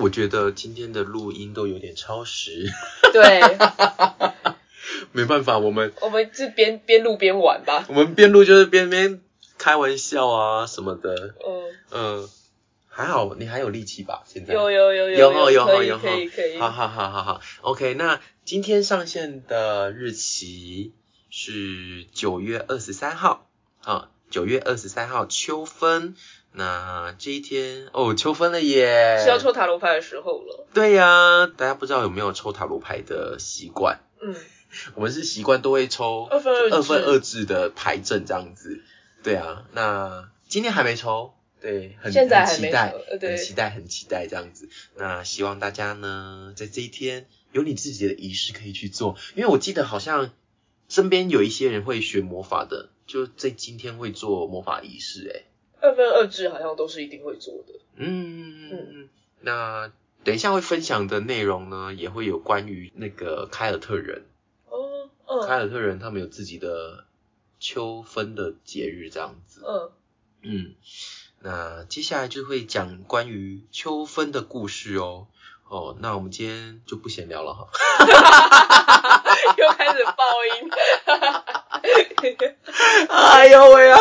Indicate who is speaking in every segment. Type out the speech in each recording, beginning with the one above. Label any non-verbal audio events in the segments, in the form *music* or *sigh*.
Speaker 1: 我觉得今天的录音都有点超时， *laughs*
Speaker 2: *laughs* 对，
Speaker 1: 没办法，我们
Speaker 2: 我们是边边录边玩吧。
Speaker 1: 我们边录就是边边开玩笑啊什么的，
Speaker 2: 嗯，
Speaker 1: 嗯、还好你还有力气吧？现在
Speaker 2: 有有有
Speaker 1: 有哈
Speaker 2: 有
Speaker 1: 有哈
Speaker 2: 可以
Speaker 1: 有哈
Speaker 2: 可以可以。
Speaker 1: 好好好好好，OK，那今天上线的日期是九月二十三号，啊，九月二十三号秋分，那这一天哦，秋分了耶，
Speaker 2: 是要抽塔罗牌的时候了。
Speaker 1: 对呀、大家不知道有没有抽塔罗牌的习惯？
Speaker 2: 嗯，
Speaker 1: 我们是习惯都会抽
Speaker 2: 二分二制
Speaker 1: 二分二制的牌阵这样子，对啊，那今天还没抽。对，很
Speaker 2: 现在还
Speaker 1: 很
Speaker 2: 没
Speaker 1: 期待
Speaker 2: 抽呃，对
Speaker 1: 很期待，很期待这样子。那希望大家呢，在这一天有你自己的仪式可以去做，因为我记得好像身边有一些人会学魔法的，就在今天会做魔法仪式、欸，
Speaker 2: 二分二制好像都是一定会做的。
Speaker 1: 嗯，那等一下会分享的内容呢，也会有关于那个凯尔特人，
Speaker 2: 哦，
Speaker 1: 凯
Speaker 2: 嗯
Speaker 1: 尔特人他们有自己的秋分的节日这样子。
Speaker 2: 嗯，
Speaker 1: 嗯，那接下来就会讲关于秋分的故事哦。哦，那我们今天就不闲聊了哈。
Speaker 2: 又开始爆音。
Speaker 1: *laughs* 哎呦喂啊！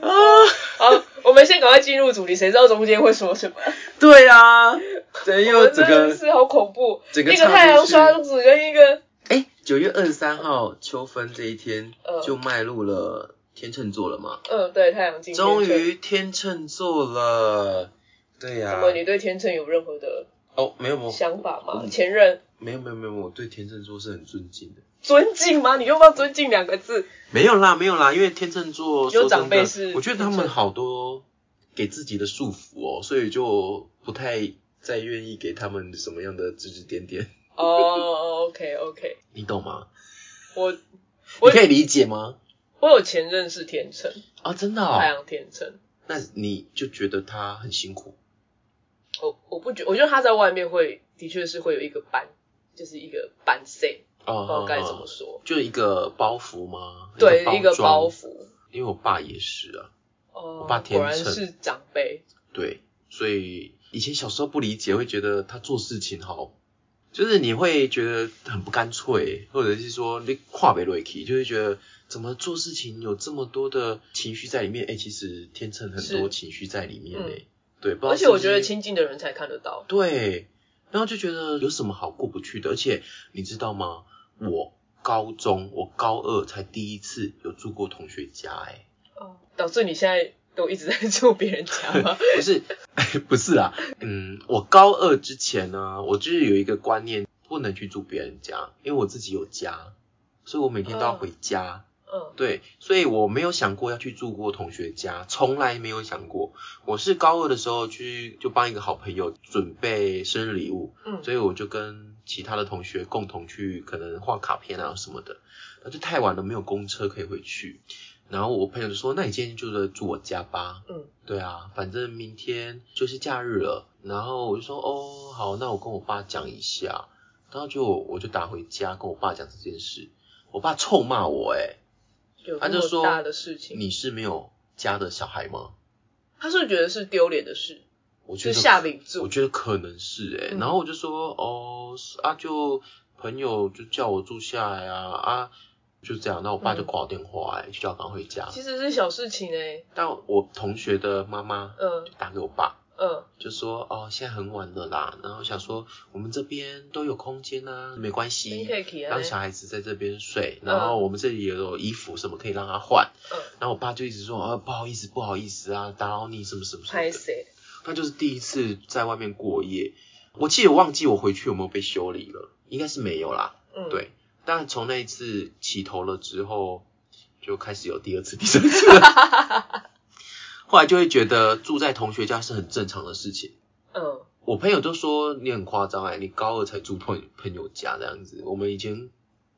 Speaker 1: 啊，
Speaker 2: *laughs* 好，我们先赶快进入主题，谁知道中间会说什么？
Speaker 1: 对啊，等
Speaker 2: 我
Speaker 1: 又
Speaker 2: 们
Speaker 1: 整
Speaker 2: 真的
Speaker 1: 哎个
Speaker 2: 是好恐怖，
Speaker 1: 整个
Speaker 2: 一个太阳
Speaker 1: 刷。
Speaker 2: 双子跟一个
Speaker 1: 哎，九月二十三号秋分这一天
Speaker 2: 呃
Speaker 1: 就迈入了天秤座了嘛？
Speaker 2: 嗯，对，太阳镜。
Speaker 1: 终
Speaker 2: 天秤，
Speaker 1: 于天秤座了，对呀、
Speaker 2: 那么你对天秤有任何的
Speaker 1: 哦，没有没有
Speaker 2: 想法吗？
Speaker 1: 嗯
Speaker 2: 前任
Speaker 1: 没有没有没有，我对天秤座是很尊敬的。
Speaker 2: 尊敬吗？你用到尊敬两个字，
Speaker 1: 没有啦，没有啦，因为天秤座说
Speaker 2: 有长
Speaker 1: 真的
Speaker 2: 辈是
Speaker 1: 我觉得他
Speaker 2: 天
Speaker 1: 们
Speaker 2: 秤
Speaker 1: 好多给自己的束缚哦，所以就不太再愿意给他们什么样的指指点点，
Speaker 2: 哦、o k OK，
Speaker 1: 你懂吗？
Speaker 2: 我
Speaker 1: 你
Speaker 2: 我
Speaker 1: 可以理解吗？
Speaker 2: 我有前任是天秤，
Speaker 1: 啊，真的
Speaker 2: 太
Speaker 1: 哦，
Speaker 2: 阳天秤。
Speaker 1: 那你就觉得他很辛苦
Speaker 2: 我我不觉，我觉得他在外面会，的确是会有一个班，就是一个班 C，不知道
Speaker 1: 哦，
Speaker 2: 该怎么
Speaker 1: 哦
Speaker 2: 说，
Speaker 1: 就一个包袱吗？
Speaker 2: 对，
Speaker 1: 啊一
Speaker 2: 一个包
Speaker 1: 袱，
Speaker 2: 袱。
Speaker 1: 因为我爸也是啊。
Speaker 2: 哦
Speaker 1: 我爸，天
Speaker 2: 果
Speaker 1: 秤
Speaker 2: 然是长辈，
Speaker 1: 对，所以以前小时候不理解，会觉得他做事情好，就是你会觉得很不干脆，或者是说你跨北瑞奇，就会觉得怎么做事情有这么多的情绪在里面？哎、其实天秤很多
Speaker 2: 是
Speaker 1: 情绪在里面
Speaker 2: 嗯
Speaker 1: 哎、对，不知道
Speaker 2: 而且
Speaker 1: 是不
Speaker 2: 我觉得
Speaker 1: 是
Speaker 2: 亲近的人才看得到。
Speaker 1: 对，然后就觉得有什么好过不去的？而且你知道吗？我高中我高二才第一次有住过同学家哎、
Speaker 2: 哦，导致你现在都一直在住别人家
Speaker 1: *laughs*
Speaker 2: 吗？
Speaker 1: 不是，不是啦，嗯，我高二之前呢，我就是有一个观念，不能去住别人家，因为我自己有家，所以我每天都要回家。
Speaker 2: 嗯，
Speaker 1: 对，所以我没有想过要去住过同学家，从来没有想过。我是高二的时候去，就帮一个好朋友准备生日礼物，
Speaker 2: 嗯，
Speaker 1: 所以我就跟其他的同学共同去，可能画卡片啊什么的。那就太晚了，没有公车可以回去。然后我朋友就说：“那你今天就住我家吧。”
Speaker 2: 嗯，
Speaker 1: 对啊，反正明天就是假日了。然后我就说：“哦，好，那我跟我爸讲一下。”然后就我就打回家跟我爸讲这件事，我爸臭骂我、欸：“
Speaker 2: 有
Speaker 1: 他
Speaker 2: 这
Speaker 1: 就说
Speaker 2: 么大的事情，
Speaker 1: 你是没有家的小孩吗
Speaker 2: 他是不是觉得是丢脸的事，？”
Speaker 1: 我觉
Speaker 2: 就
Speaker 1: 得
Speaker 2: 下饼
Speaker 1: 我
Speaker 2: 住。
Speaker 1: 觉得可能是哎、
Speaker 2: 嗯
Speaker 1: 然后我就说哦是啊，就朋友就叫我住下来啊啊，就这样。那我爸就挂我电话哎、就叫我赶快回家。
Speaker 2: 其实嗯是小事情哎，
Speaker 1: 但我同学的妈妈
Speaker 2: 嗯
Speaker 1: 就打给我爸，
Speaker 2: 嗯
Speaker 1: 就说哦现在很晚了啦，然后想说我们这边都有空间啊，没关
Speaker 2: 你
Speaker 1: 系
Speaker 2: 可。以提啊
Speaker 1: 让，小孩子在这边睡，然后我们这里也有衣服什么可以让他换。
Speaker 2: 嗯，
Speaker 1: 然后我爸就一直说，啊，不好意思，不好意思啊，打扰你什么什么什么
Speaker 2: 拍
Speaker 1: 的。
Speaker 2: 谁？
Speaker 1: 他就是第一次在外面过夜。我记得我忘记我回去有没有被修理了，应该是没有啦。
Speaker 2: 嗯，
Speaker 1: 对，但从那一次起头了之后，就开始有第二次、第三次了。后来就会觉得住在同学家是很正常的事情。
Speaker 2: 嗯，
Speaker 1: 我朋友都说你很夸张哎，你高二才住朋朋友家这样子。我们以前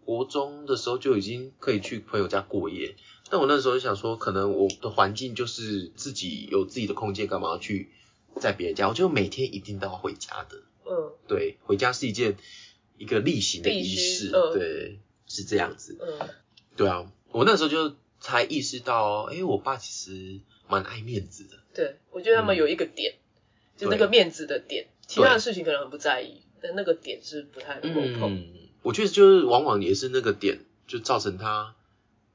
Speaker 1: 国中的时候就已经可以去朋友家过夜，但我那时候就想说，可能我的环境就是自己有自己的空间，干嘛要去在别人家？我就每天一定都要回家的。
Speaker 2: 嗯
Speaker 1: 对，回家是一件一个例行的
Speaker 2: 必
Speaker 1: 仪
Speaker 2: 须
Speaker 1: 式，
Speaker 2: 嗯
Speaker 1: 对，是这样子。
Speaker 2: 嗯
Speaker 1: 对啊，我那时候就才意识到，哎、我爸其实蛮爱面子的。
Speaker 2: 对，我觉得他们
Speaker 1: 嗯
Speaker 2: 有一个点，就那
Speaker 1: 对
Speaker 2: 个面子的点，其他的事情可能很不在意，但那个点是不太能够碰。
Speaker 1: 嗯，我觉得就是往往也是那个点，就造成他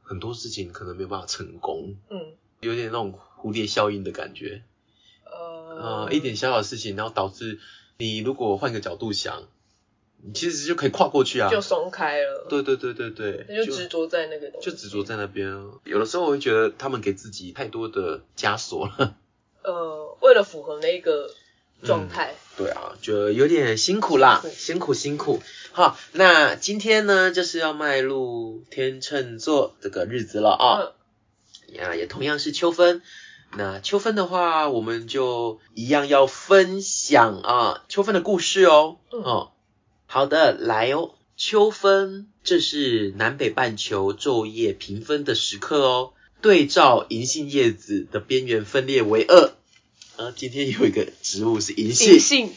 Speaker 1: 很多事情可能没有办法成功，
Speaker 2: 嗯，
Speaker 1: 有点那种蝴蝶效应的感觉。
Speaker 2: 呃
Speaker 1: 呃，一点小小的事情，然后导致你如果换个角度想，你其实就可以跨过去啊。
Speaker 2: 就松开了，，
Speaker 1: 对对对对对，
Speaker 2: 那就执着在那个东西，
Speaker 1: 就执着在那边啊。有的时候我会觉得他们给自己太多的枷锁了。
Speaker 2: 呃，为了符合那个状态，
Speaker 1: 对啊，就有点辛苦啦，辛苦辛苦。好，那今天呢，就是要迈入天秤座这个日子了啊。
Speaker 2: 嗯，
Speaker 1: 啊，也同样是秋分。那秋分的话，我们就一样要分享啊秋分的故事哦。
Speaker 2: 嗯
Speaker 1: 哦，好的，来哦。秋分，这是南北半球昼夜平分的时刻哦。对照银杏叶子的边缘分裂为二。呃，今天有一个植物是银杏
Speaker 2: 隐，性，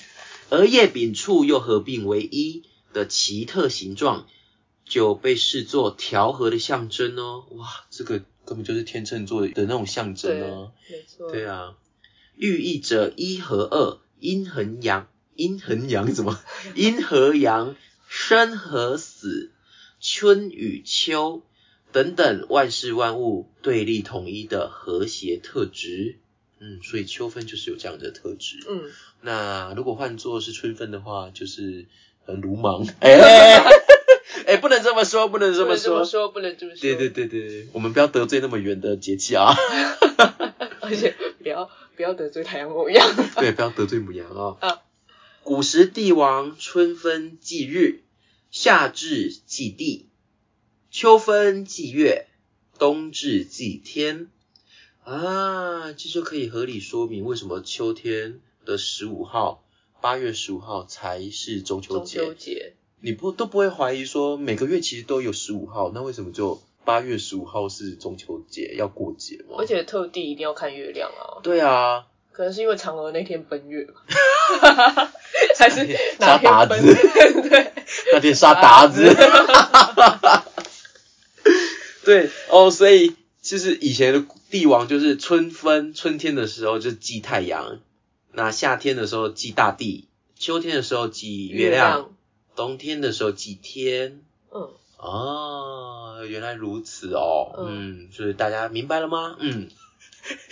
Speaker 1: 而叶柄处又合并为一的奇特形状，就被视作调和的象征哦。哇，这个根本就是天秤座的那种象征哦。
Speaker 2: 没错，
Speaker 1: 对啊，寓意着一和二，阴衡阳，阴衡阳怎么？阴和阳，生和死，春与秋等等，万事万物对立统一的和谐特质。嗯，所以秋分就是有这样的特质。
Speaker 2: 嗯，
Speaker 1: 那如果换作是春分的话，就是很鲁
Speaker 2: *laughs*
Speaker 1: 莽。哎、哎，哎不能这么说，不能这
Speaker 2: 不
Speaker 1: 么
Speaker 2: 能这么
Speaker 1: 说。
Speaker 2: 说，不能这么说，
Speaker 1: 对对，对对，我们不要得罪那么远的节气
Speaker 2: *laughs*
Speaker 1: 啊。
Speaker 2: 而且不要不要得罪太阳某样，
Speaker 1: 对，不要得罪母羊啊。
Speaker 2: 啊
Speaker 1: 古时帝王春分祭日，夏至祭地，秋分祭月，冬至祭天。啊，这就可以合理说明为什么秋天的十五号，八月十五号才是中秋
Speaker 2: 中
Speaker 1: 节。
Speaker 2: 秋节，
Speaker 1: 你不都不会怀疑说每个月其实都有十五号，那为什么就八月十五号是中秋节要过节吗？
Speaker 2: 而且特地一定要看月亮啊，
Speaker 1: 对啊，
Speaker 2: 可能是因为嫦娥那天奔月吧，
Speaker 1: *laughs*
Speaker 2: 还是
Speaker 1: 杀
Speaker 2: 哪天
Speaker 1: 鞑
Speaker 2: 奔？
Speaker 1: 子
Speaker 2: 对，
Speaker 1: 那天杀鞑子， *laughs* 对哦，所以就是以前的帝王就是春分，春天的时候就祭太阳，那夏天的时候祭大地，秋天的时候祭月亮，
Speaker 2: 亮，
Speaker 1: 冬天的时候祭天。
Speaker 2: 嗯，
Speaker 1: 哦，原来如此哦，嗯，所以大家明白了吗？嗯，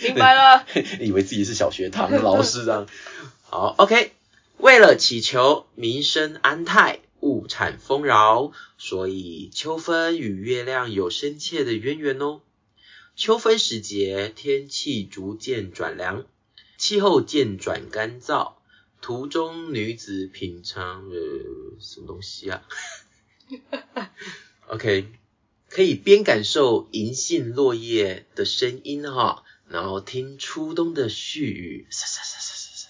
Speaker 2: 明白了，
Speaker 1: *laughs* 以为自己是小学堂的老师这样。好，OK。为了祈求民生安泰、物产丰饶，所以秋分与月亮有深切的渊源哦。秋分时节，天气逐渐转凉，气候渐转干燥。途中女子品尝呃什么东西啊？OK，可以边感受银杏落叶的声音哈，然后听初冬的絮语，沙沙沙沙沙沙沙，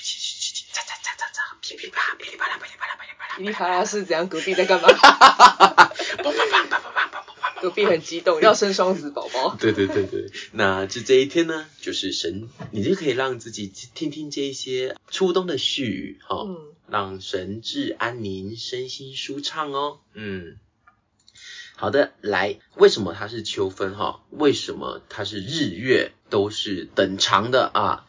Speaker 1: 喳喳喳喳喳，噼里啪噼里啪啦噼里啪啦噼里啪啦，
Speaker 2: 噼里啪啦是怎样？隔壁在干嘛？
Speaker 1: 砰砰砰砰砰砰砰砰砰。
Speaker 2: 隔壁很激动，要生双子宝宝。
Speaker 1: 对对对对，那就这一天呢，就是神，你就可以让自己听听这一些初冬的絮语哈。
Speaker 2: 嗯，
Speaker 1: 让神志安宁，身心舒畅哦。嗯，好的，来，为什么它是秋分哈？为什么它是日月都是等长的啊？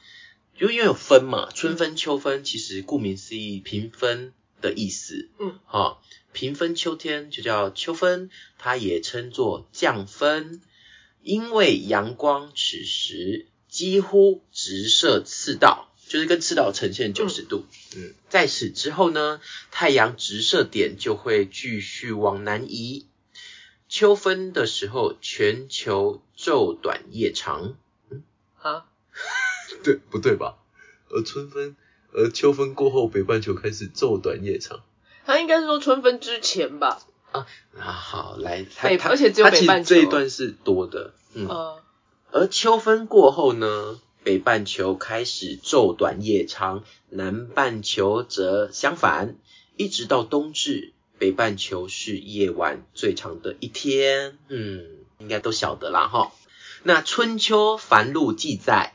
Speaker 1: 就因为有分嘛，春分、秋分，其实顾名思义，平分的意思。
Speaker 2: 嗯，
Speaker 1: 哈、平分秋天就叫秋分，它也称作降分，因为阳光此时几乎直射赤道，就是跟赤道呈现九十度。嗯，在此之后呢，太阳直射点就会继续往南移。秋分的时候，全球昼短夜长。
Speaker 2: 啊，
Speaker 1: 对，不对吧？而春分，而秋分过后，北半球开始昼短夜长。
Speaker 2: 他应该是说春分之前吧？
Speaker 1: 啊，好，来，它
Speaker 2: 北
Speaker 1: 它
Speaker 2: 而且只有
Speaker 1: 它
Speaker 2: 北
Speaker 1: 其实
Speaker 2: 半
Speaker 1: 这一
Speaker 2: 球
Speaker 1: 段是多的，嗯，
Speaker 2: 呃，
Speaker 1: 而秋分过后呢，北半球开始昼短夜长，南半球则相反，一直到冬至，北半球是夜晚最长的一天。嗯，应该都晓得啦哈。那《春秋繁露》记载，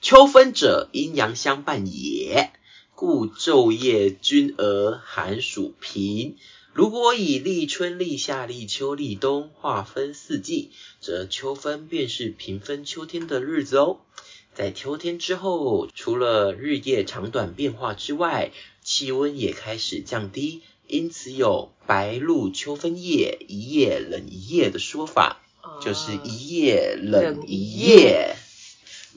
Speaker 1: 秋分者，阴阳相伴也，故昼夜均而寒暑平。如果以立春、立夏、立秋、立冬划分四季，则秋分便是平分秋天的日子哦。在秋天之后，除了日夜长短变化之外，气温也开始降低，因此有“白露秋分夜，一夜冷一夜”的说法，
Speaker 2: 哦
Speaker 1: 就是一夜冷一夜。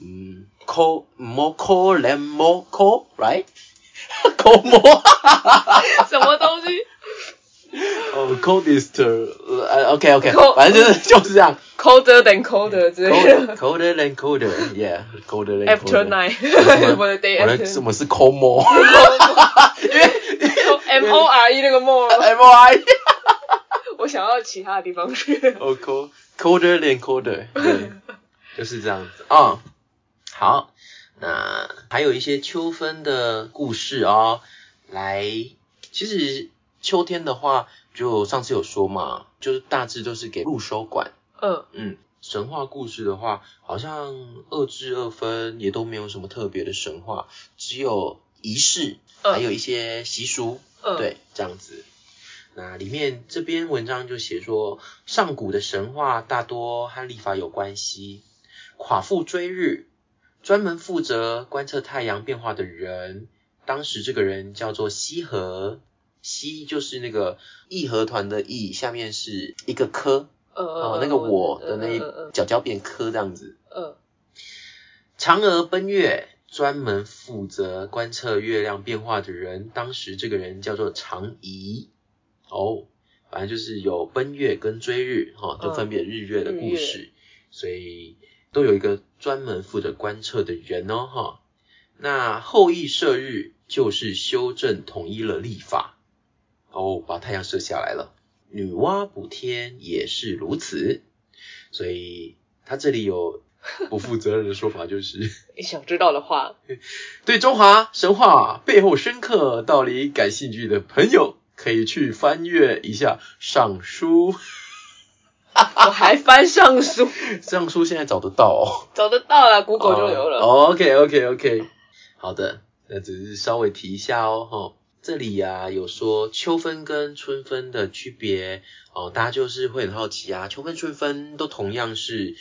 Speaker 1: 嗯，co mo co l mo co right co mo
Speaker 2: 什么东西
Speaker 1: 哦 coldest 呃 OK OK，
Speaker 2: Co-
Speaker 1: 反正就是就是这 *laughs* 样。
Speaker 2: colder than colder 之类
Speaker 1: *laughs* colder colder than
Speaker 2: 的
Speaker 1: colder yeah colder than
Speaker 2: after
Speaker 1: colder
Speaker 2: night，
Speaker 3: *laughs*
Speaker 2: 我 *laughs*
Speaker 1: 我
Speaker 2: 的 day
Speaker 1: 我的
Speaker 2: after
Speaker 1: 什么是 cold more
Speaker 2: m o r e 那个 more，
Speaker 1: M
Speaker 3: *laughs*
Speaker 1: I
Speaker 2: 我想要其他的地方去。
Speaker 1: 哦 cold colder than colder 对
Speaker 3: *laughs* 就是这样子。
Speaker 1: 哦，好，那还有一些秋分的故事哦。来，其实秋天的话，就上次有说嘛，就是大致都是给入收管。
Speaker 2: 嗯，
Speaker 1: 嗯，神话故事的话，好像二至二分也都没有什么特别的神话，只有仪式，
Speaker 2: 嗯
Speaker 1: 还有一些习俗，
Speaker 2: 嗯
Speaker 1: 对，这样子。那里面这篇文章就写说，上古的神话大多和历法有关系。夸父追日，专门负责观测太阳变化的人，当时这个人叫做羲和。羲就是那个义和团的义，下面是一个科，
Speaker 2: 呃，
Speaker 1: 哦，那个我的那一角角变科这样子。
Speaker 2: 嗯
Speaker 1: 嫦娥奔月，专门负责观测月亮变化的人，当时这个人叫做常仪。哦，反正就是有奔月跟追日，哈、哦，
Speaker 2: 嗯
Speaker 1: 都分别日月的
Speaker 2: 日
Speaker 1: 故
Speaker 2: 月
Speaker 1: 事，所以都有一个专门负责观测的人哦，哈、那后羿射日就是修正统一了历法，哦，把太阳射下来了。女娲补天也是如此，所以他这里有不负责任的说法，就是 *laughs*
Speaker 2: 你想知道的话，
Speaker 1: 对中华神话背后深刻道理感兴趣的朋友，可以去翻阅一下尚书。
Speaker 2: 我还翻上书，
Speaker 1: 尚书现在找得到哦。
Speaker 2: 找得到了，Google 就有了。
Speaker 1: 哦、OK OK OK，好的，那只是稍微提一下哦，吼。这里呀、有说秋分跟春分的区别哦，大家就是会很好奇啊，秋分春分都同样是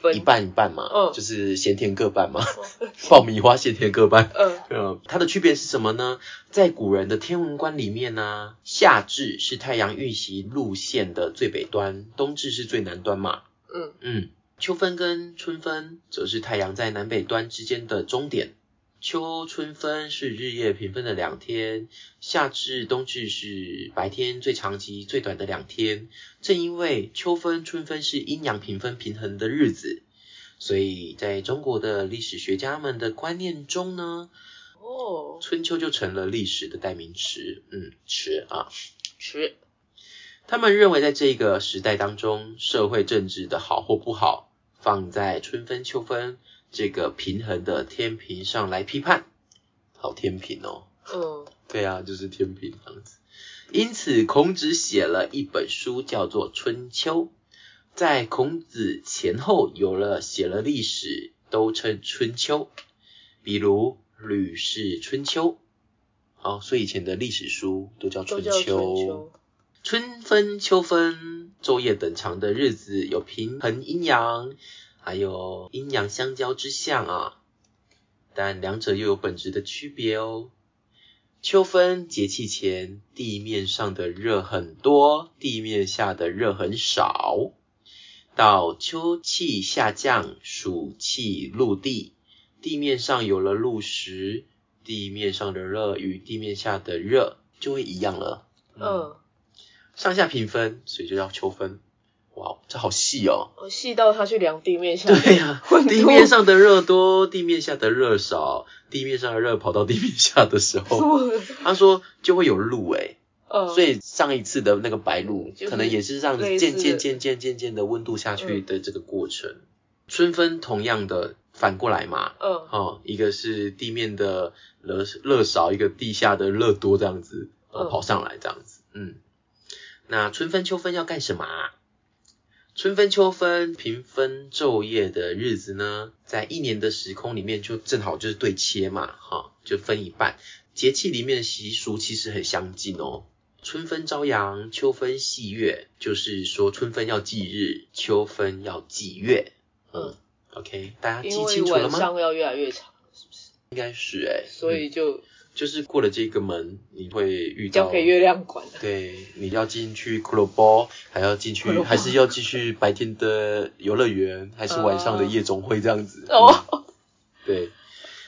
Speaker 2: 分
Speaker 1: 一半一半嘛，
Speaker 2: 嗯哦
Speaker 1: 就是咸甜各半嘛， *laughs* 爆米花咸甜各半。
Speaker 2: 嗯
Speaker 1: 呃，它的区别是什么呢？在古人的天文观里面呢、夏至是太阳运行路线的最北端，冬至是最南端嘛。
Speaker 2: 嗯
Speaker 1: 嗯，秋分跟春分则是太阳在南北端之间的终点。秋春分是日夜平分的两天，夏至冬至是白天最长及最短的两天。正因为秋分春分是阴阳平分平衡的日子，所以在中国的历史学家们的观念中呢，
Speaker 2: 哦，
Speaker 1: 春秋就成了历史的代名词，嗯，词啊。
Speaker 2: 十
Speaker 1: 他们认为在这个时代当中，社会政治的好或不好，放在春分秋分这个平衡的天平上来批判，好天平哦。
Speaker 2: 嗯
Speaker 1: 对啊，就是天平这样子。因此，孔子写了一本书，叫做《春秋》。在孔子前后有了写了历史，都称春秋，比如《吕氏春秋》。好，所以以前的历史书都叫
Speaker 2: 都
Speaker 1: 春
Speaker 2: 叫
Speaker 1: 秋。
Speaker 2: 春秋。
Speaker 1: 春分、秋分，昼夜等长的日子有平衡阴阳，还有阴阳相交之象啊。但两者又有本质的区别哦。秋分节气前，地面上的热很多，地面下的热很少。到秋气下降，暑气入地，地面上有了露时，地面上的热与地面下的热就会一样了。
Speaker 2: 嗯，
Speaker 1: 上下平分，所以就叫秋分。哇，这好细
Speaker 2: *laughs*
Speaker 1: 哦。
Speaker 2: 我细到他去量地面下。
Speaker 1: 对呀、
Speaker 2: 温度
Speaker 1: 地面上的热多，地面下的热少，地面上的热跑到地面下的时
Speaker 2: *laughs*
Speaker 1: 候，他说就会有露诶、
Speaker 2: 嗯，
Speaker 1: 所以上一次的那个白露，
Speaker 2: 就是
Speaker 1: 可能也是让
Speaker 2: 类
Speaker 1: 渐
Speaker 2: 似
Speaker 1: 渐渐渐渐渐的温度下去的这个过程。春分同样的反过来嘛，
Speaker 2: 嗯
Speaker 1: 哦，一个是地面的热热少，一个地下的热多这样子，哦，
Speaker 2: 嗯
Speaker 1: 跑上来这样子，嗯。那春分秋分要干什么、啊？春分秋分平分昼夜的日子呢，在一年的时空里面就正好就是对切嘛，哈、就分一半。节气里面的习俗其实很相近哦。春分朝阳，秋分夕月，就是说春分要祭日，秋分要祭月。嗯
Speaker 2: 嗯，
Speaker 1: OK，大家记
Speaker 2: 因为
Speaker 1: 清楚了
Speaker 2: 晚
Speaker 1: 吗？
Speaker 2: 上要越来越长，
Speaker 1: 应该是哎、
Speaker 2: 所以就
Speaker 1: 就是过了这个门，你会遇
Speaker 2: 交
Speaker 1: 到
Speaker 2: 给月亮管了。
Speaker 1: 对，你要进去骷髅包，还要进
Speaker 2: 骷髅
Speaker 1: 去，
Speaker 2: 包
Speaker 1: 还是要继续白天的游乐园，还是晚上的夜总会这样子？
Speaker 2: *laughs* 哦
Speaker 1: 嗯对，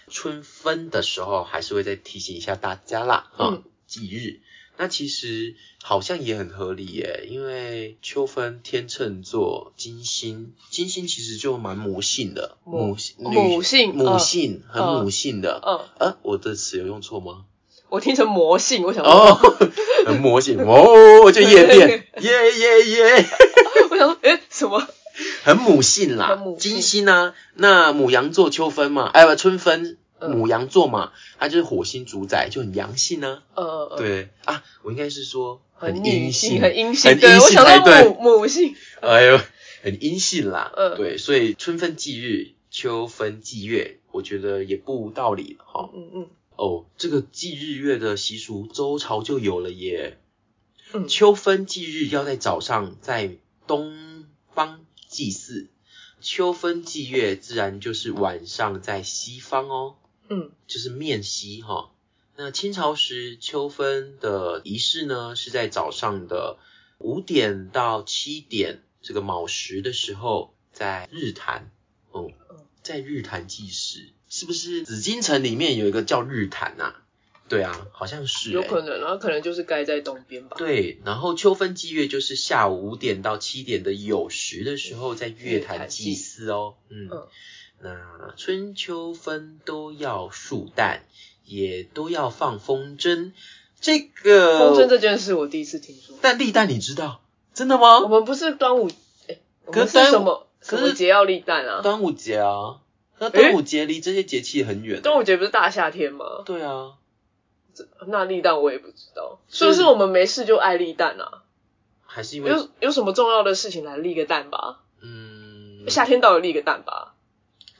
Speaker 1: 春分的时候还是会再提醒一下大家啦，啊、
Speaker 2: 嗯
Speaker 1: 忌日。那其实好像也很合理耶，因为秋分天秤座金星，金星其实就蛮魔性的，
Speaker 2: 母
Speaker 1: 性
Speaker 2: 母
Speaker 1: 母
Speaker 2: 性
Speaker 1: 母
Speaker 2: 嗯
Speaker 1: 性、很
Speaker 2: 嗯
Speaker 1: 母性的。
Speaker 2: 嗯，
Speaker 1: 呃、我的词有用错吗？
Speaker 2: 我听成魔性，我想说，
Speaker 1: 哦， *laughs* 很魔性哦，就夜店， *laughs* 耶耶耶，
Speaker 2: 我想说，诶，什么？
Speaker 1: 很母性啦，
Speaker 2: 很母性
Speaker 1: 金星啊，那母羊座秋分嘛，哎不，春分
Speaker 2: 嗯
Speaker 1: 母羊座嘛，它就是火星主宰，就很阳性啊。
Speaker 2: 呃，呃，
Speaker 1: 对啊，我应该是说
Speaker 2: 很女
Speaker 1: 阴
Speaker 2: 性，
Speaker 1: 性，
Speaker 2: 很阴性，
Speaker 1: 很
Speaker 2: 对
Speaker 1: 阴
Speaker 2: 我
Speaker 1: 性
Speaker 2: 想
Speaker 1: 才
Speaker 2: 到
Speaker 1: 对。
Speaker 2: 母母性，
Speaker 1: 哎呦，很阴性啦。
Speaker 2: 嗯
Speaker 1: 对，所以春分忌日，秋分忌月，我觉得也不无道理哈。
Speaker 2: 嗯嗯
Speaker 1: 哦，这个忌日月的习俗，周朝就有了耶。
Speaker 2: 嗯
Speaker 1: 秋分忌日要在早上在东方祭祀，秋分祭月自然就是晚上在西方哦，
Speaker 2: 嗯
Speaker 1: 就是面西哈、那清朝时秋分的仪式呢，是在早上的五点到七点这个卯时的时候，在日坛，哦、
Speaker 2: 嗯
Speaker 1: 在日坛祭祀，是不是紫禁城里面有一个叫日坛啊？对啊，好像是、欸，
Speaker 2: 嗯有可能，然后可能就是盖在东边吧。
Speaker 1: 对，然后秋分祭月就是下午五点到七点的酉时的时候，在月
Speaker 2: 月坛
Speaker 1: 坛
Speaker 2: 祭
Speaker 1: 祭祀哦。嗯，
Speaker 2: 嗯
Speaker 1: 那春秋分都要竖蛋，也都要放风筝。这个
Speaker 2: 风筝这件事我第一次听说。
Speaker 1: 但立蛋你知道？真的
Speaker 2: 我
Speaker 1: 吗？
Speaker 2: 们不是端午，诶
Speaker 1: 哦
Speaker 2: 我
Speaker 1: 可
Speaker 2: 们
Speaker 1: 是端午
Speaker 2: 什么
Speaker 1: 可
Speaker 2: 什
Speaker 1: 是
Speaker 2: 么节要立蛋啊？
Speaker 1: 端午节啊，那
Speaker 2: 诶
Speaker 1: 端午节离这些节气很远。
Speaker 2: 端午节不是大夏天吗？
Speaker 1: 对啊，
Speaker 2: 那立蛋我也不知道，
Speaker 1: 是
Speaker 2: 是不是我们没事就爱立蛋啊？
Speaker 1: 还是因为
Speaker 2: 有有什么重要的事情来立个蛋吧？
Speaker 1: 嗯，
Speaker 2: 夏天到了立个蛋吧。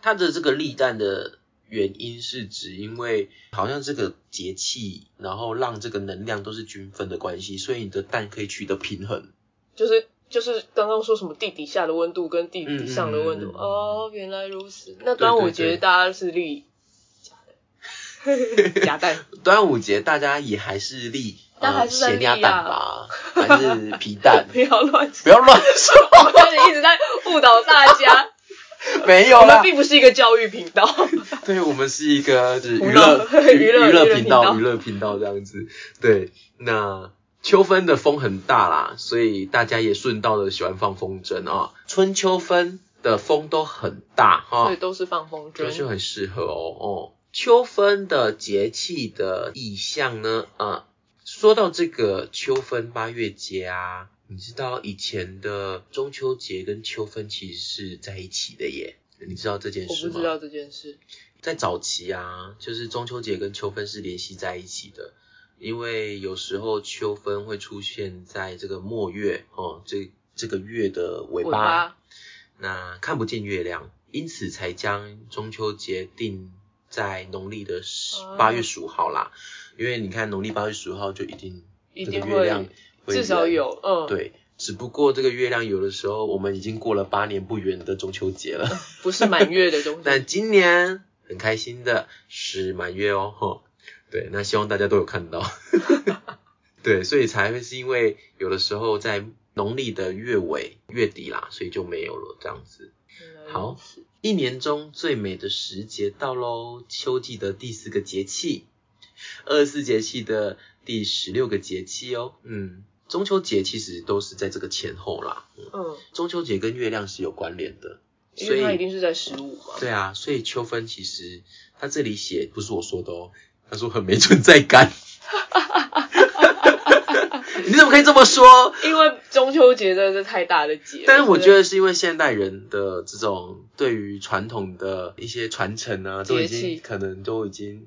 Speaker 1: 它的这个立蛋的原因是指因为好像这个节气，然后让这个能量都是均分的关系，所以你的蛋可以取得平衡。
Speaker 2: 就是就是刚刚说什么地底下的温度跟地底上的温度、
Speaker 1: 嗯嗯嗯嗯
Speaker 2: 哦，原来如此。那端午
Speaker 1: 对
Speaker 2: 节
Speaker 1: 对
Speaker 2: 大家
Speaker 1: *laughs*
Speaker 2: 是立假的假蛋，
Speaker 1: 端午节大家也还是立，
Speaker 2: 但还
Speaker 1: 呃，
Speaker 2: 是在
Speaker 1: 咸
Speaker 2: 立
Speaker 1: 鸭
Speaker 2: 啊，
Speaker 1: 蛋吧，还是皮蛋
Speaker 2: 不要乱
Speaker 1: 不
Speaker 2: 说，
Speaker 1: 要乱说，
Speaker 2: 我开始一直在误导大
Speaker 1: *laughs*
Speaker 2: 家。
Speaker 1: 没有
Speaker 2: 我们
Speaker 1: 啦。
Speaker 2: 并不是一个教育频道， *laughs*
Speaker 1: 对，我们是一个就是娱
Speaker 2: 闹
Speaker 1: 乐
Speaker 2: 娱
Speaker 1: 娱
Speaker 2: 乐娱乐
Speaker 1: 乐
Speaker 2: 频
Speaker 1: 频
Speaker 2: 道
Speaker 1: 道，娱乐频道这样子。对，那秋分的风很大啦，所以大家也顺道的喜欢放风筝啊、春秋分的风都很大哈、
Speaker 2: 对，都是放风
Speaker 1: 就就
Speaker 2: 筝。
Speaker 1: 很适合哦哦。秋分的节气的意象呢，啊，说到这个秋分八月节啊，你知道以前的中秋节跟秋分其实是在一起的耶，你知道这件
Speaker 2: 我
Speaker 1: 事
Speaker 2: 不
Speaker 1: 吗？
Speaker 2: 知道这件事，
Speaker 1: 在早期啊，就是中秋节跟秋分是联系在一起的，因为有时候秋分会出现在这个末月哦，这这个月的尾
Speaker 2: 尾
Speaker 1: 巴，
Speaker 2: 巴
Speaker 1: 那看不见月亮，因此才将中秋节定在农历的十
Speaker 2: 哦
Speaker 1: 八月十五号啦。因为你看农历八月十五号就一定
Speaker 2: 一
Speaker 1: 这
Speaker 2: 定
Speaker 1: 个
Speaker 2: 会
Speaker 1: 月亮会
Speaker 2: 至少
Speaker 1: 圆
Speaker 2: 有，嗯，，
Speaker 1: 对，只不过这个月亮有的时候我们已经过了八年不圆的中秋节了。
Speaker 2: 不是满月的
Speaker 1: *laughs*
Speaker 2: 东西。
Speaker 1: 但今年很开心的是满月哦， *laughs* 吼，对，那希望大家都有看到， *laughs* 对，所以才会是因为有的时候在农历的月尾、月底啦，所以就没有了这样子。好，一年中最美的时节到喽，秋季的第四个节气，二十四节气的第十六个节气哦，嗯，中秋节其实都是在这个前后啦，
Speaker 2: 嗯，
Speaker 1: 中秋节跟月亮是有关联的，
Speaker 2: 因
Speaker 1: 所
Speaker 2: 为
Speaker 1: 以
Speaker 2: 它一定是在十五嘛。
Speaker 1: 对啊，所以秋分其实他这里写不是我说的哦，他说很没存在感。 *laughs* 你怎么可以这么说？
Speaker 2: 因为中秋节真的是太大的节了，
Speaker 1: 但是我
Speaker 2: 所以
Speaker 1: 觉得是因为现代人的这种对于传统的一些传承啊，都已
Speaker 2: 节气
Speaker 1: 经可能都已经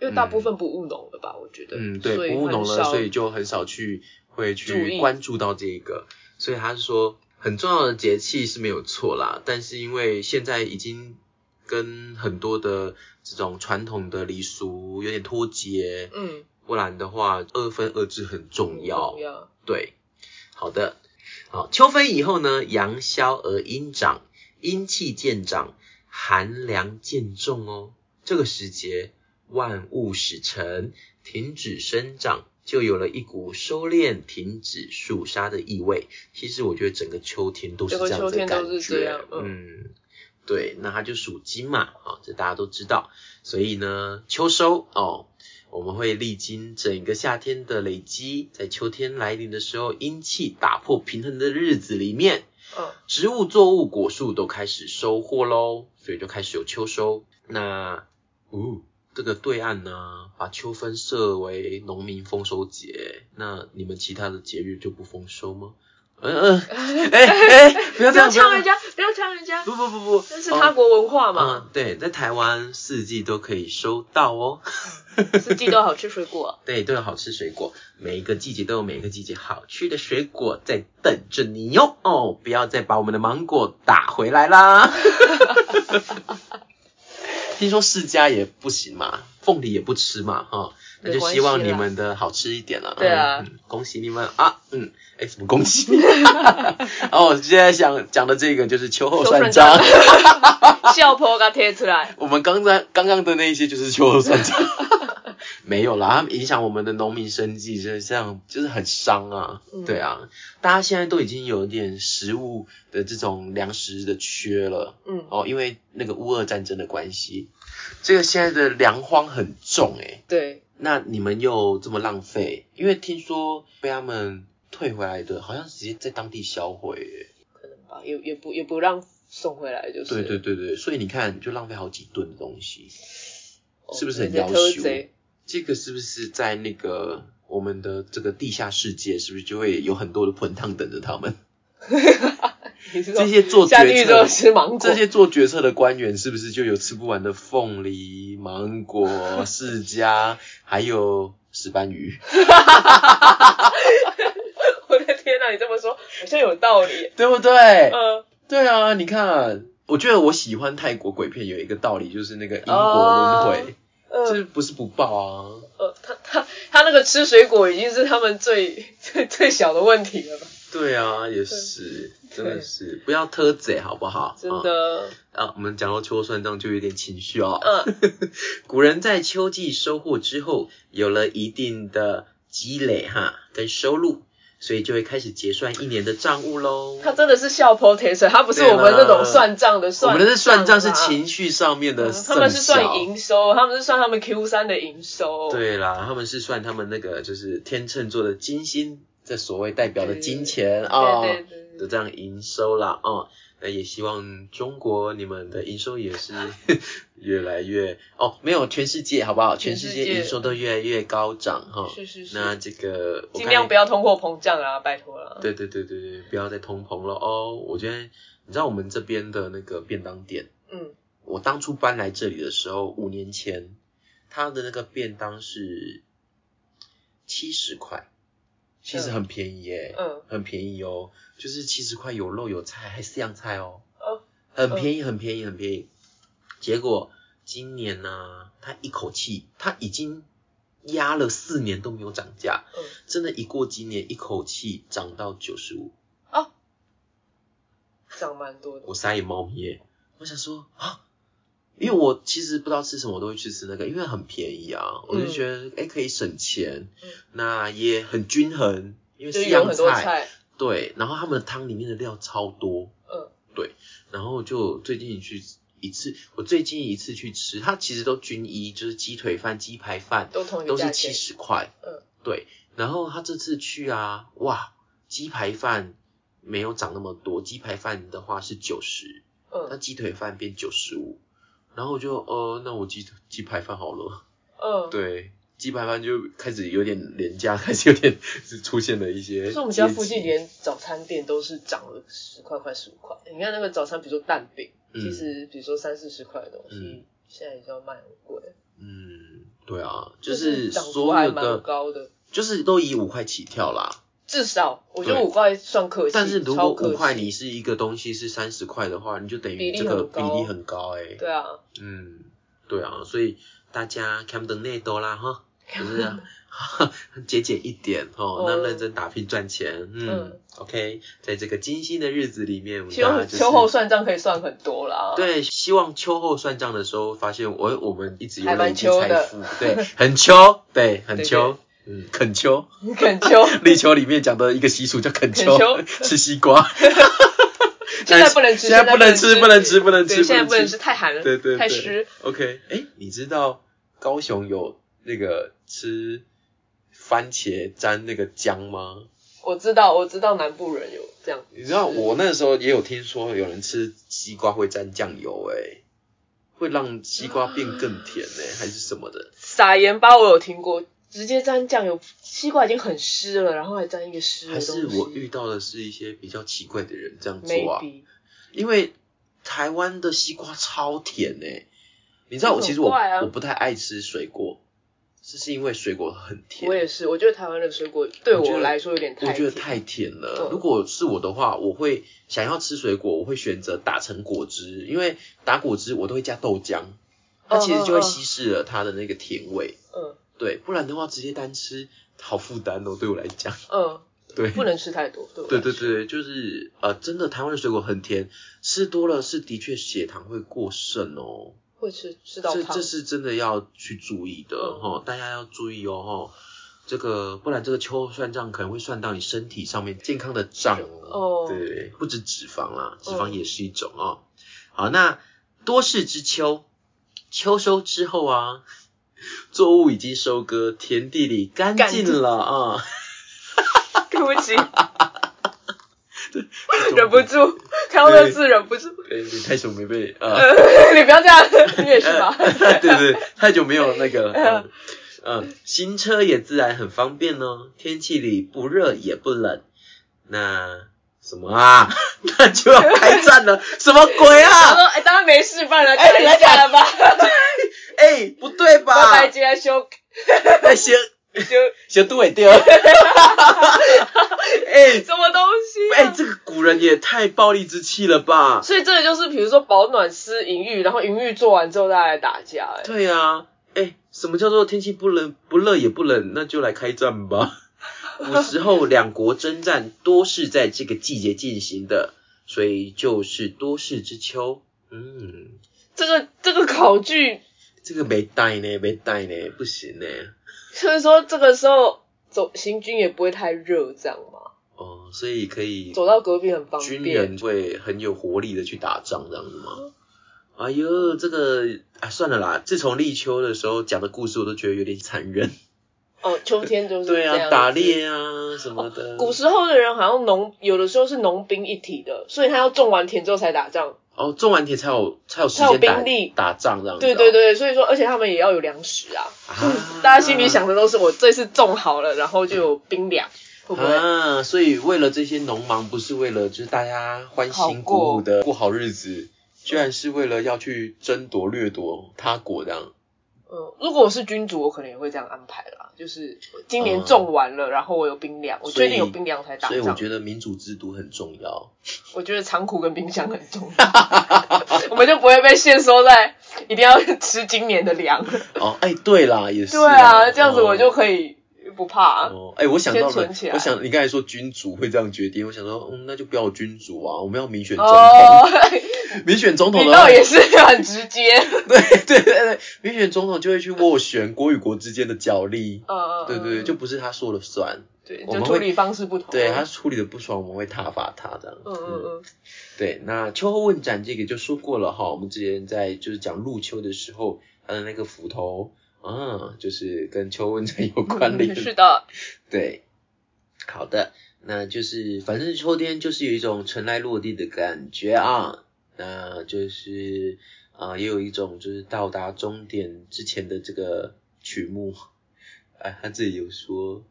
Speaker 2: 因为大部分不务农了吧，我觉得，
Speaker 1: 嗯对
Speaker 2: 所以
Speaker 1: 不务农
Speaker 2: 很
Speaker 1: 了，
Speaker 2: 少
Speaker 1: 所以就很少去会
Speaker 2: 注意
Speaker 1: 去关注到这个。所以他是说很重要的节气是没有错啦，但是因为现在已经跟很多的这种传统的礼俗有点脱节，
Speaker 2: 嗯，
Speaker 1: 不然的话，二分二制很重要。
Speaker 2: 重要，
Speaker 1: 对，好的，好，秋分以后呢，阳消而阴长，阴气渐长，寒凉渐重哦。这个时节，万物始成，停止生长，就有了一股收敛、停止肃杀的意味。其实我觉得整个秋天都是这样
Speaker 2: 整个秋
Speaker 1: 子的
Speaker 2: 天
Speaker 1: 感
Speaker 2: 都是这
Speaker 1: 觉
Speaker 2: 样，
Speaker 1: 嗯。对，那它就属金嘛，啊、这大家都知道。所以呢，秋收哦，我们会历经整个夏天的累积，在秋天来临的时候，阴气打破平衡的日子里面，
Speaker 2: 嗯，
Speaker 1: 植物、作物、果树都开始收获喽，所以就开始有秋收。那，哦，这个对岸呢，把秋分设为农民丰收节，那你们其他的节日就不丰收吗？嗯
Speaker 2: *laughs*
Speaker 1: 嗯，哎哎，不要
Speaker 2: 不
Speaker 1: 这
Speaker 2: 要
Speaker 1: 样，不
Speaker 2: 呛
Speaker 1: 要
Speaker 2: 人
Speaker 1: 这样，
Speaker 2: 家，不要呛人家，
Speaker 1: 不不不不，
Speaker 2: 这是他国文化嘛，
Speaker 1: 嗯，对，在台湾四季都可以收到哦。
Speaker 2: *laughs* 四季都好吃水
Speaker 1: *laughs*
Speaker 2: 果。
Speaker 1: 对，都有好吃水果，每一个季节都有每一个季节好吃的水果在等着你哟。哦，不要再把我们的芒果打回来
Speaker 2: *laughs*
Speaker 1: 啦。听说世家也不行嘛，凤梨也不吃嘛，哈、那
Speaker 2: 没
Speaker 1: 就
Speaker 2: 关
Speaker 1: 希望
Speaker 2: 系
Speaker 1: 你
Speaker 2: 啦
Speaker 1: 们的好吃一点了。
Speaker 2: 对啊
Speaker 1: 嗯嗯恭喜你们啊，嗯，哎，怎么恭喜你？ *laughs* 然后我现在想讲的这个就是秋后
Speaker 2: 秋
Speaker 1: 算
Speaker 2: 算账
Speaker 1: 账。
Speaker 2: *laughs* 笑坡给它贴出来，
Speaker 1: 我们刚才刚刚的那一些就是秋后算账， *laughs* 没有啦，他们影响我们的农民生计，就是这样，就是很伤啊。
Speaker 2: 嗯
Speaker 1: 对啊，大家现在都已经有点食物的这种粮食的缺了
Speaker 2: 嗯，
Speaker 1: 哦，因为那个乌俄战争的关系，这个现在的粮荒很重诶、
Speaker 2: 对，
Speaker 1: 那你们又这么浪费，因为听说被他们退回来的，好像直接在当地销毁耶、
Speaker 2: 可能吧，啊也也不也不让送回来，就是
Speaker 1: 对对，对对，所以你看，就浪费好几吨的东西。
Speaker 2: 哦
Speaker 1: 是不是很
Speaker 2: 有
Speaker 1: 要
Speaker 2: 些
Speaker 1: 求
Speaker 2: 偷贼
Speaker 1: 这个是不是在那个我们的这个地下世界，是不是就会有很多的滚烫等着他 *laughs* 们？
Speaker 2: 你是说
Speaker 1: 这些做
Speaker 2: 下地
Speaker 1: 决
Speaker 2: 狱之后
Speaker 1: 策，
Speaker 2: 吃芒果，
Speaker 1: 这些做决策的官员是不是就有吃不完的凤梨、芒果、释 *laughs* 迦，还有石斑鱼？
Speaker 2: 我的天呐，你这么说好像有道理。
Speaker 1: *laughs* 对不对？
Speaker 2: 嗯，
Speaker 1: 对啊，你看，我觉得我喜欢泰国鬼片有一个道理，就是那个因果轮回，这、
Speaker 2: 呃
Speaker 1: 不是不报啊？
Speaker 2: 呃，他他他那个吃水果已经是他们最最最小的问题了吧？
Speaker 1: 对啊，也是，真的
Speaker 2: 对
Speaker 1: 是，不要偷贼好不好？
Speaker 2: 真
Speaker 1: 嗯
Speaker 2: 的，
Speaker 1: 啊，我们讲到秋后算账就有点情绪哦。
Speaker 2: 嗯，
Speaker 1: 古人在秋季收获之后，有了一定的积累哈跟收入，所以就会开始结算一年的账务喽。
Speaker 2: 他真的是笑 potato，他不是我
Speaker 1: 对
Speaker 2: 们
Speaker 1: 啦
Speaker 2: 那种算账的
Speaker 1: 我
Speaker 2: 算，
Speaker 1: 们的是算账是
Speaker 2: 情，
Speaker 1: 情绪上面的
Speaker 2: 他们是
Speaker 1: 剩小
Speaker 2: 算营收，他们是算他们 Q 三的营收。，
Speaker 1: 对啦，他们是算他们那个就是天秤座的金星，这所谓代表的金钱啊、
Speaker 2: 对对
Speaker 1: 的
Speaker 2: 对，
Speaker 1: 这样营收啦，哦，那也希望中国你们的营收也是 *laughs* 越来越哦，没有全世界好不好？全
Speaker 2: 全
Speaker 1: 世
Speaker 2: 世
Speaker 1: 界
Speaker 2: 界
Speaker 1: 营收都越来越高涨哈。
Speaker 2: 是是是
Speaker 1: 哦那这个我
Speaker 2: 尽量
Speaker 1: 看
Speaker 2: 不要通货膨胀啊，拜托了。
Speaker 1: 对对对对对，不要再通膨了哦。我觉得你知道我们这边的那个便当店，
Speaker 2: 嗯，
Speaker 1: 我当初搬来这里的时候，五年前，它的那个便当是七十块，其实
Speaker 2: 嗯
Speaker 1: 很便宜耶、
Speaker 2: 嗯，
Speaker 1: 很便宜哦，就是七十块有肉有菜还四样菜哦，
Speaker 2: 哦
Speaker 1: 很便宜很便宜很便宜。结果今年呢、他一口气他已经压了四年都没有涨价，
Speaker 2: 嗯
Speaker 1: 真的，一过今年一口气涨到九十五，
Speaker 2: 涨蛮多的。
Speaker 1: 我傻眼猫咪耶，我想说啊。因为我其实不知道吃什么，我都会去吃那个，因为很便宜啊，我就觉得哎、诶可以省钱，
Speaker 2: 嗯
Speaker 1: 那也很均衡，因为
Speaker 2: 就
Speaker 1: 四
Speaker 2: 是有
Speaker 1: 样
Speaker 2: 很多菜，
Speaker 1: 对，然后他们的汤里面的料超多，
Speaker 2: 嗯，
Speaker 1: 然后就最近去一次，我最近一次去吃，它其实都均一，就是鸡腿饭、鸡排饭
Speaker 2: 都同一
Speaker 1: 都
Speaker 2: 个
Speaker 1: 是
Speaker 2: 价
Speaker 1: 七
Speaker 2: 钱。
Speaker 1: 十块，
Speaker 2: 嗯，
Speaker 1: 对。然后他这次去啊，哇，鸡排饭没有涨那么多，鸡排饭的话是九十，那
Speaker 2: 嗯
Speaker 1: 鸡腿饭变九十五，然后我就呃，那我鸡鸡排饭好了，
Speaker 2: 嗯，
Speaker 1: 对。鸡排饭就开始有点廉价， *laughs* 开始有点是出现了一些阶级。
Speaker 2: 就是我们家附近连早餐店都是涨了十块快十五块。你看那个早餐，比如说蛋饼，
Speaker 1: 嗯
Speaker 2: 其实比如说三四十块的东
Speaker 1: 嗯
Speaker 2: 西，现在已经要卖很贵，
Speaker 1: 嗯，对啊，就
Speaker 2: 就是涨幅
Speaker 1: 所
Speaker 2: 还
Speaker 1: 有
Speaker 2: 蛮
Speaker 1: 的，
Speaker 2: 高的。
Speaker 1: 就是都以五块起跳啦。
Speaker 2: 至少我觉得
Speaker 1: 对
Speaker 2: 五块算客气，
Speaker 1: 但是如果
Speaker 2: 超客
Speaker 1: 五
Speaker 2: 气
Speaker 1: 块你是一个东西是三十块的话，你就等于
Speaker 2: 比例
Speaker 1: 这个
Speaker 2: 很
Speaker 1: 比
Speaker 2: 高
Speaker 1: 例很高哎、
Speaker 2: 对啊，
Speaker 1: 嗯，对啊，所以大家 Camden 内多啦哈，就是啊
Speaker 2: *laughs*
Speaker 1: 节俭一点哦，那
Speaker 2: 哦
Speaker 1: 认真打拼赚钱，嗯
Speaker 2: 嗯
Speaker 1: o k 在这个精心的日子里面，我们
Speaker 2: 秋
Speaker 1: 大家就是
Speaker 2: 秋后算账可以算很多啦。，
Speaker 1: 对，希望秋后算账的时候，发现我我们一直有
Speaker 2: 还蛮
Speaker 1: 累积
Speaker 2: 秋
Speaker 1: 财
Speaker 2: 的
Speaker 1: 富，
Speaker 2: *laughs*
Speaker 1: 对，很秋，对，很
Speaker 2: 对
Speaker 1: 秋，嗯，恳秋，
Speaker 2: 恳
Speaker 1: *laughs*
Speaker 2: 秋，
Speaker 1: 立秋里面讲的一个习俗叫恳
Speaker 2: 恳
Speaker 1: 秋，
Speaker 2: 秋
Speaker 1: 吃西瓜， *laughs*
Speaker 2: 现在不能吃，
Speaker 1: 现在不能吃，不能吃，不能
Speaker 2: 对，
Speaker 1: 吃，
Speaker 2: 现在不能吃，太寒了，
Speaker 1: 对对，
Speaker 2: 太
Speaker 1: 对
Speaker 2: 湿。。
Speaker 1: OK，哎，你知道高雄有那个吃番茄沾那个姜吗？
Speaker 2: 我知道，我知道南部人有这样，
Speaker 1: 你知道我那时候也有听说有人吃西瓜会沾酱油、诶，会让西瓜变更甜呢、还是什么的？
Speaker 2: 撒盐巴我有听过，直接沾酱油，西瓜已经很湿了，然后还沾一个湿的
Speaker 1: 还
Speaker 2: 东西。
Speaker 1: 是我遇到的是一些比较奇怪的人这样做啊？
Speaker 2: maybe
Speaker 1: 因为台湾的西瓜超甜呢、你知道我
Speaker 2: 很
Speaker 1: 其实我、
Speaker 2: 怪啊
Speaker 1: 我不太爱吃水果，是是因为水果很甜。
Speaker 2: 我也是，我觉得台湾的水果对
Speaker 1: 我觉
Speaker 2: 我
Speaker 1: 得
Speaker 2: 来说有点太
Speaker 1: 我觉得
Speaker 2: 甜，
Speaker 1: 太甜了。
Speaker 2: 嗯
Speaker 1: 如果是我的话，我会想要吃水果，我会选择打成果汁，因为打果汁我都会加豆浆，它其实就会稀释了它的那个甜味。
Speaker 2: 嗯
Speaker 1: 对，不然的话直接单吃好负担哦，对我来讲。 *laughs*
Speaker 2: 嗯，
Speaker 1: 对，
Speaker 2: 不能吃太多，对我来
Speaker 1: 对对
Speaker 2: 说，
Speaker 1: 对，就是呃，真的台湾的水果很甜，吃多了是的确血糖会过剩哦，
Speaker 2: 会吃吃到
Speaker 1: 这
Speaker 2: 胖
Speaker 1: 这。是真的要去注意的
Speaker 2: 嗯
Speaker 1: 哈、齁大家要注意哦哈。齁这个不然这个秋后算账可能会算到你身体上面健康的账
Speaker 2: 哦
Speaker 1: 对，不止脂肪啦，脂
Speaker 2: 嗯
Speaker 1: 肪也是一种哦。好，那多事之秋，秋收之后啊，作物已经收割，田地里干
Speaker 2: 干
Speaker 1: 净
Speaker 2: 净
Speaker 1: 了啊， *laughs*
Speaker 2: *laughs* 对不起，忍不住看到那字忍不住，
Speaker 1: 哎，你太久没被啊。呃
Speaker 2: 呃 *laughs* 你不要这样，你
Speaker 1: *laughs*
Speaker 2: 也是吧？
Speaker 1: 对呃对，太久没有那个了。 *laughs* 嗯嗯，行车也自然很方便哦，天气里不热也不冷。那什么啊？ *laughs* 那就要开战 *laughs* 了，什么
Speaker 2: *laughs*
Speaker 1: 鬼
Speaker 2: 他
Speaker 1: 啊？
Speaker 2: 说：“哎，当然没事，不然来
Speaker 1: 哎
Speaker 2: 讲一
Speaker 1: *laughs*
Speaker 2: 下了吧。
Speaker 1: 哎、不对吧？
Speaker 2: 拜拜，今天休
Speaker 1: 那些
Speaker 2: 休
Speaker 1: 小杜伟 *laughs* 掉。哎
Speaker 2: 什么东西、
Speaker 1: 哎
Speaker 2: 啊？”，
Speaker 1: 这个古人也太暴力之气了吧？
Speaker 2: 所以这个就是，比如说保暖思淫欲，然后淫欲做完之后再来打架、哎，
Speaker 1: *laughs* 对啊，哎、什么叫做天气不冷不热也不冷？那就来开战
Speaker 2: *laughs*
Speaker 1: 吧。古时候两国征战多是在这个季节进行的，所以就是多事之秋。嗯，
Speaker 2: 这个这个考据
Speaker 1: 这个没带呢，没带呢，不行呢。
Speaker 2: 就是说，这个时候走行军也不会太热，这样嘛，
Speaker 1: 哦，所以可以
Speaker 2: 走到隔壁很方
Speaker 1: 军
Speaker 2: 便。
Speaker 1: 人会很有活力的去打仗这样子吗？哎呦，这个啊算了啦，自从立秋的时候讲的故事我都觉得有点残忍。
Speaker 2: 哦，秋天就是
Speaker 1: 对
Speaker 2: 这样
Speaker 1: 啊，
Speaker 2: 子哦
Speaker 1: 打。猎啊什么的。
Speaker 2: 古时候的人好像农有的时候是农兵一体的，所以他要种完田之后才打仗。
Speaker 1: 哦，种完田才有才有时
Speaker 2: 才有
Speaker 1: 间打
Speaker 2: 兵力
Speaker 1: 打仗这样子、
Speaker 2: 对对，对，所以说，而且他们也要有粮食啊。
Speaker 1: 啊
Speaker 2: *laughs* 大家心里想的都是我这次种好了，然后就有兵粮，会不会？
Speaker 1: 啊，所以为了这些农忙，不是为了就是大家欢欣鼓舞的过好日子，居然是为了要去争夺掠夺他国这样。
Speaker 2: 嗯，如果我是君主，我可能也会这样安排啦。就是今年种完了，然后我有兵粮，我
Speaker 1: 所以
Speaker 2: 确定有兵粮才打
Speaker 1: 所
Speaker 2: 仗。
Speaker 1: 以我觉得民主制度很重要。
Speaker 2: 我觉得长苦跟冰箱很重要， *laughs* 我们就不会被限缩在一定要吃今年的粮。
Speaker 1: 哦，哎，对啦， *laughs* 也是哦。
Speaker 2: 对啊，这样子我就
Speaker 1: 哦
Speaker 2: 可以不怕、
Speaker 1: 哦，哎、我想到
Speaker 2: 先存
Speaker 1: 了
Speaker 2: 起，来
Speaker 1: 我想你刚才说君主会这样决定，我想说，嗯，那就不要有君主啊，我们要民选总统，
Speaker 2: 哦，
Speaker 1: *laughs* 民选总统
Speaker 2: 你
Speaker 1: 的话
Speaker 2: 倒，也是很直接。
Speaker 1: *laughs* 对对对对，民选总统就会去斡旋国与国之间的角力，
Speaker 2: *laughs* 嗯，哦
Speaker 1: 对对对，就不是他说了算，
Speaker 2: 对，
Speaker 1: 我
Speaker 2: 就
Speaker 1: 们
Speaker 2: 处
Speaker 1: 会
Speaker 2: 理方式不同。
Speaker 1: 对他处理的不爽，我们会挞伐他这样。
Speaker 2: 嗯嗯嗯，
Speaker 1: 对，那秋后问斩这个就说过了哈，我们之前在就是讲入秋的时候，他的那个斧头啊，就是跟秋后问斩有关联。
Speaker 2: 嗯是的，
Speaker 1: 对，好的，那就是反正秋天就是有一种尘埃落地的感觉啊，那就是啊、呃也有一种就是到达终点之前的这个曲目，哎，他这里有说，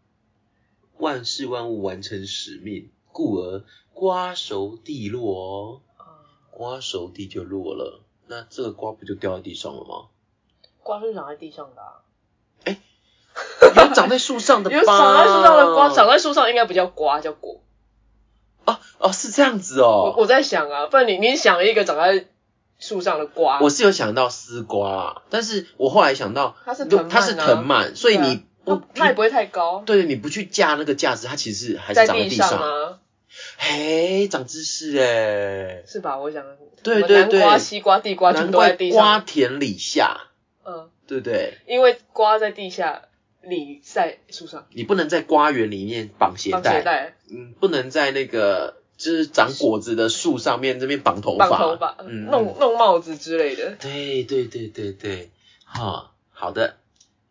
Speaker 1: 万事万物完成使命，故而瓜熟蒂落哦，
Speaker 2: 嗯
Speaker 1: 瓜熟蒂就落了，那这个瓜不就掉在地上了
Speaker 2: *laughs*
Speaker 1: 吗？
Speaker 2: 瓜是长在地上的、啊，
Speaker 1: 有长在树上的吧？
Speaker 2: 有长在树上的瓜，长在树上应该不叫瓜，叫果。
Speaker 1: 哦哦，是这样子哦。
Speaker 2: 我我在想啊，不然你你想了一个长在树上的瓜，
Speaker 1: 我是有想到丝瓜啊，但是我后来想到
Speaker 2: 它是藤蔓啊
Speaker 1: 它是藤蔓，所以
Speaker 2: 对啊
Speaker 1: 你
Speaker 3: 我
Speaker 2: 那也不会太高，
Speaker 3: 对，你不去架那个架子，它其实还是
Speaker 2: 在
Speaker 3: 长在
Speaker 2: 地
Speaker 3: 地
Speaker 2: 上
Speaker 3: 上。
Speaker 2: 啊，
Speaker 3: 嘿，长知识哎，
Speaker 2: 是吧？我想，
Speaker 3: 对
Speaker 2: 什么
Speaker 3: 对
Speaker 2: 南瓜、
Speaker 3: 对
Speaker 2: 西瓜、地瓜全
Speaker 3: 难
Speaker 2: 都在
Speaker 3: 怪
Speaker 2: 地
Speaker 3: 瓜
Speaker 2: 上，
Speaker 3: 田李下，
Speaker 2: 嗯，
Speaker 3: 对不对？
Speaker 2: 因为瓜在地下，你在树上
Speaker 3: 你不能在瓜园里面绑鞋
Speaker 2: 绑
Speaker 3: 带，
Speaker 2: 鞋带，
Speaker 3: 嗯，不能在那个就是长果子的树上面这边绑头
Speaker 2: 绑
Speaker 3: 发，
Speaker 2: 头发，
Speaker 3: 嗯，
Speaker 2: 弄弄帽子之类的。
Speaker 1: 对对对对对，哈，好的，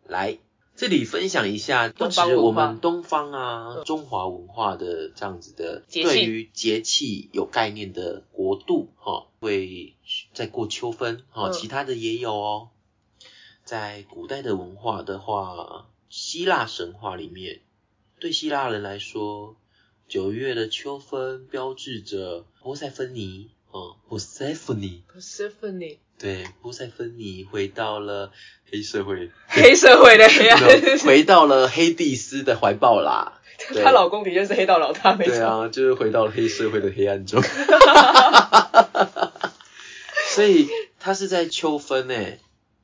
Speaker 1: 来这里分享一下，不
Speaker 2: 东
Speaker 1: 止
Speaker 2: 方文
Speaker 1: 我
Speaker 2: 化
Speaker 1: 们东方啊、中华文化的这样子的
Speaker 2: 节
Speaker 1: 对
Speaker 2: 气
Speaker 1: 于节气有概念的国度哈，会在过秋分哈，
Speaker 2: 嗯
Speaker 1: 其他的也有哦。在古代的文化的话，希腊神话里面，对希腊人来说，九月的秋分标志着波塞芬尼，嗯，Persephone。
Speaker 2: Persephone，
Speaker 1: 对，波塞芬尼回到了黑社会，
Speaker 2: 黑
Speaker 1: *laughs*
Speaker 2: 社会的黑暗，
Speaker 1: 回到了黑蒂斯的怀抱啦。对
Speaker 2: *laughs* 她老公的确是黑道老大，没
Speaker 1: 对
Speaker 2: 错。
Speaker 1: 啊，就是回到了黑社会的黑暗
Speaker 2: *laughs*
Speaker 1: 中。所以他是在秋分诶，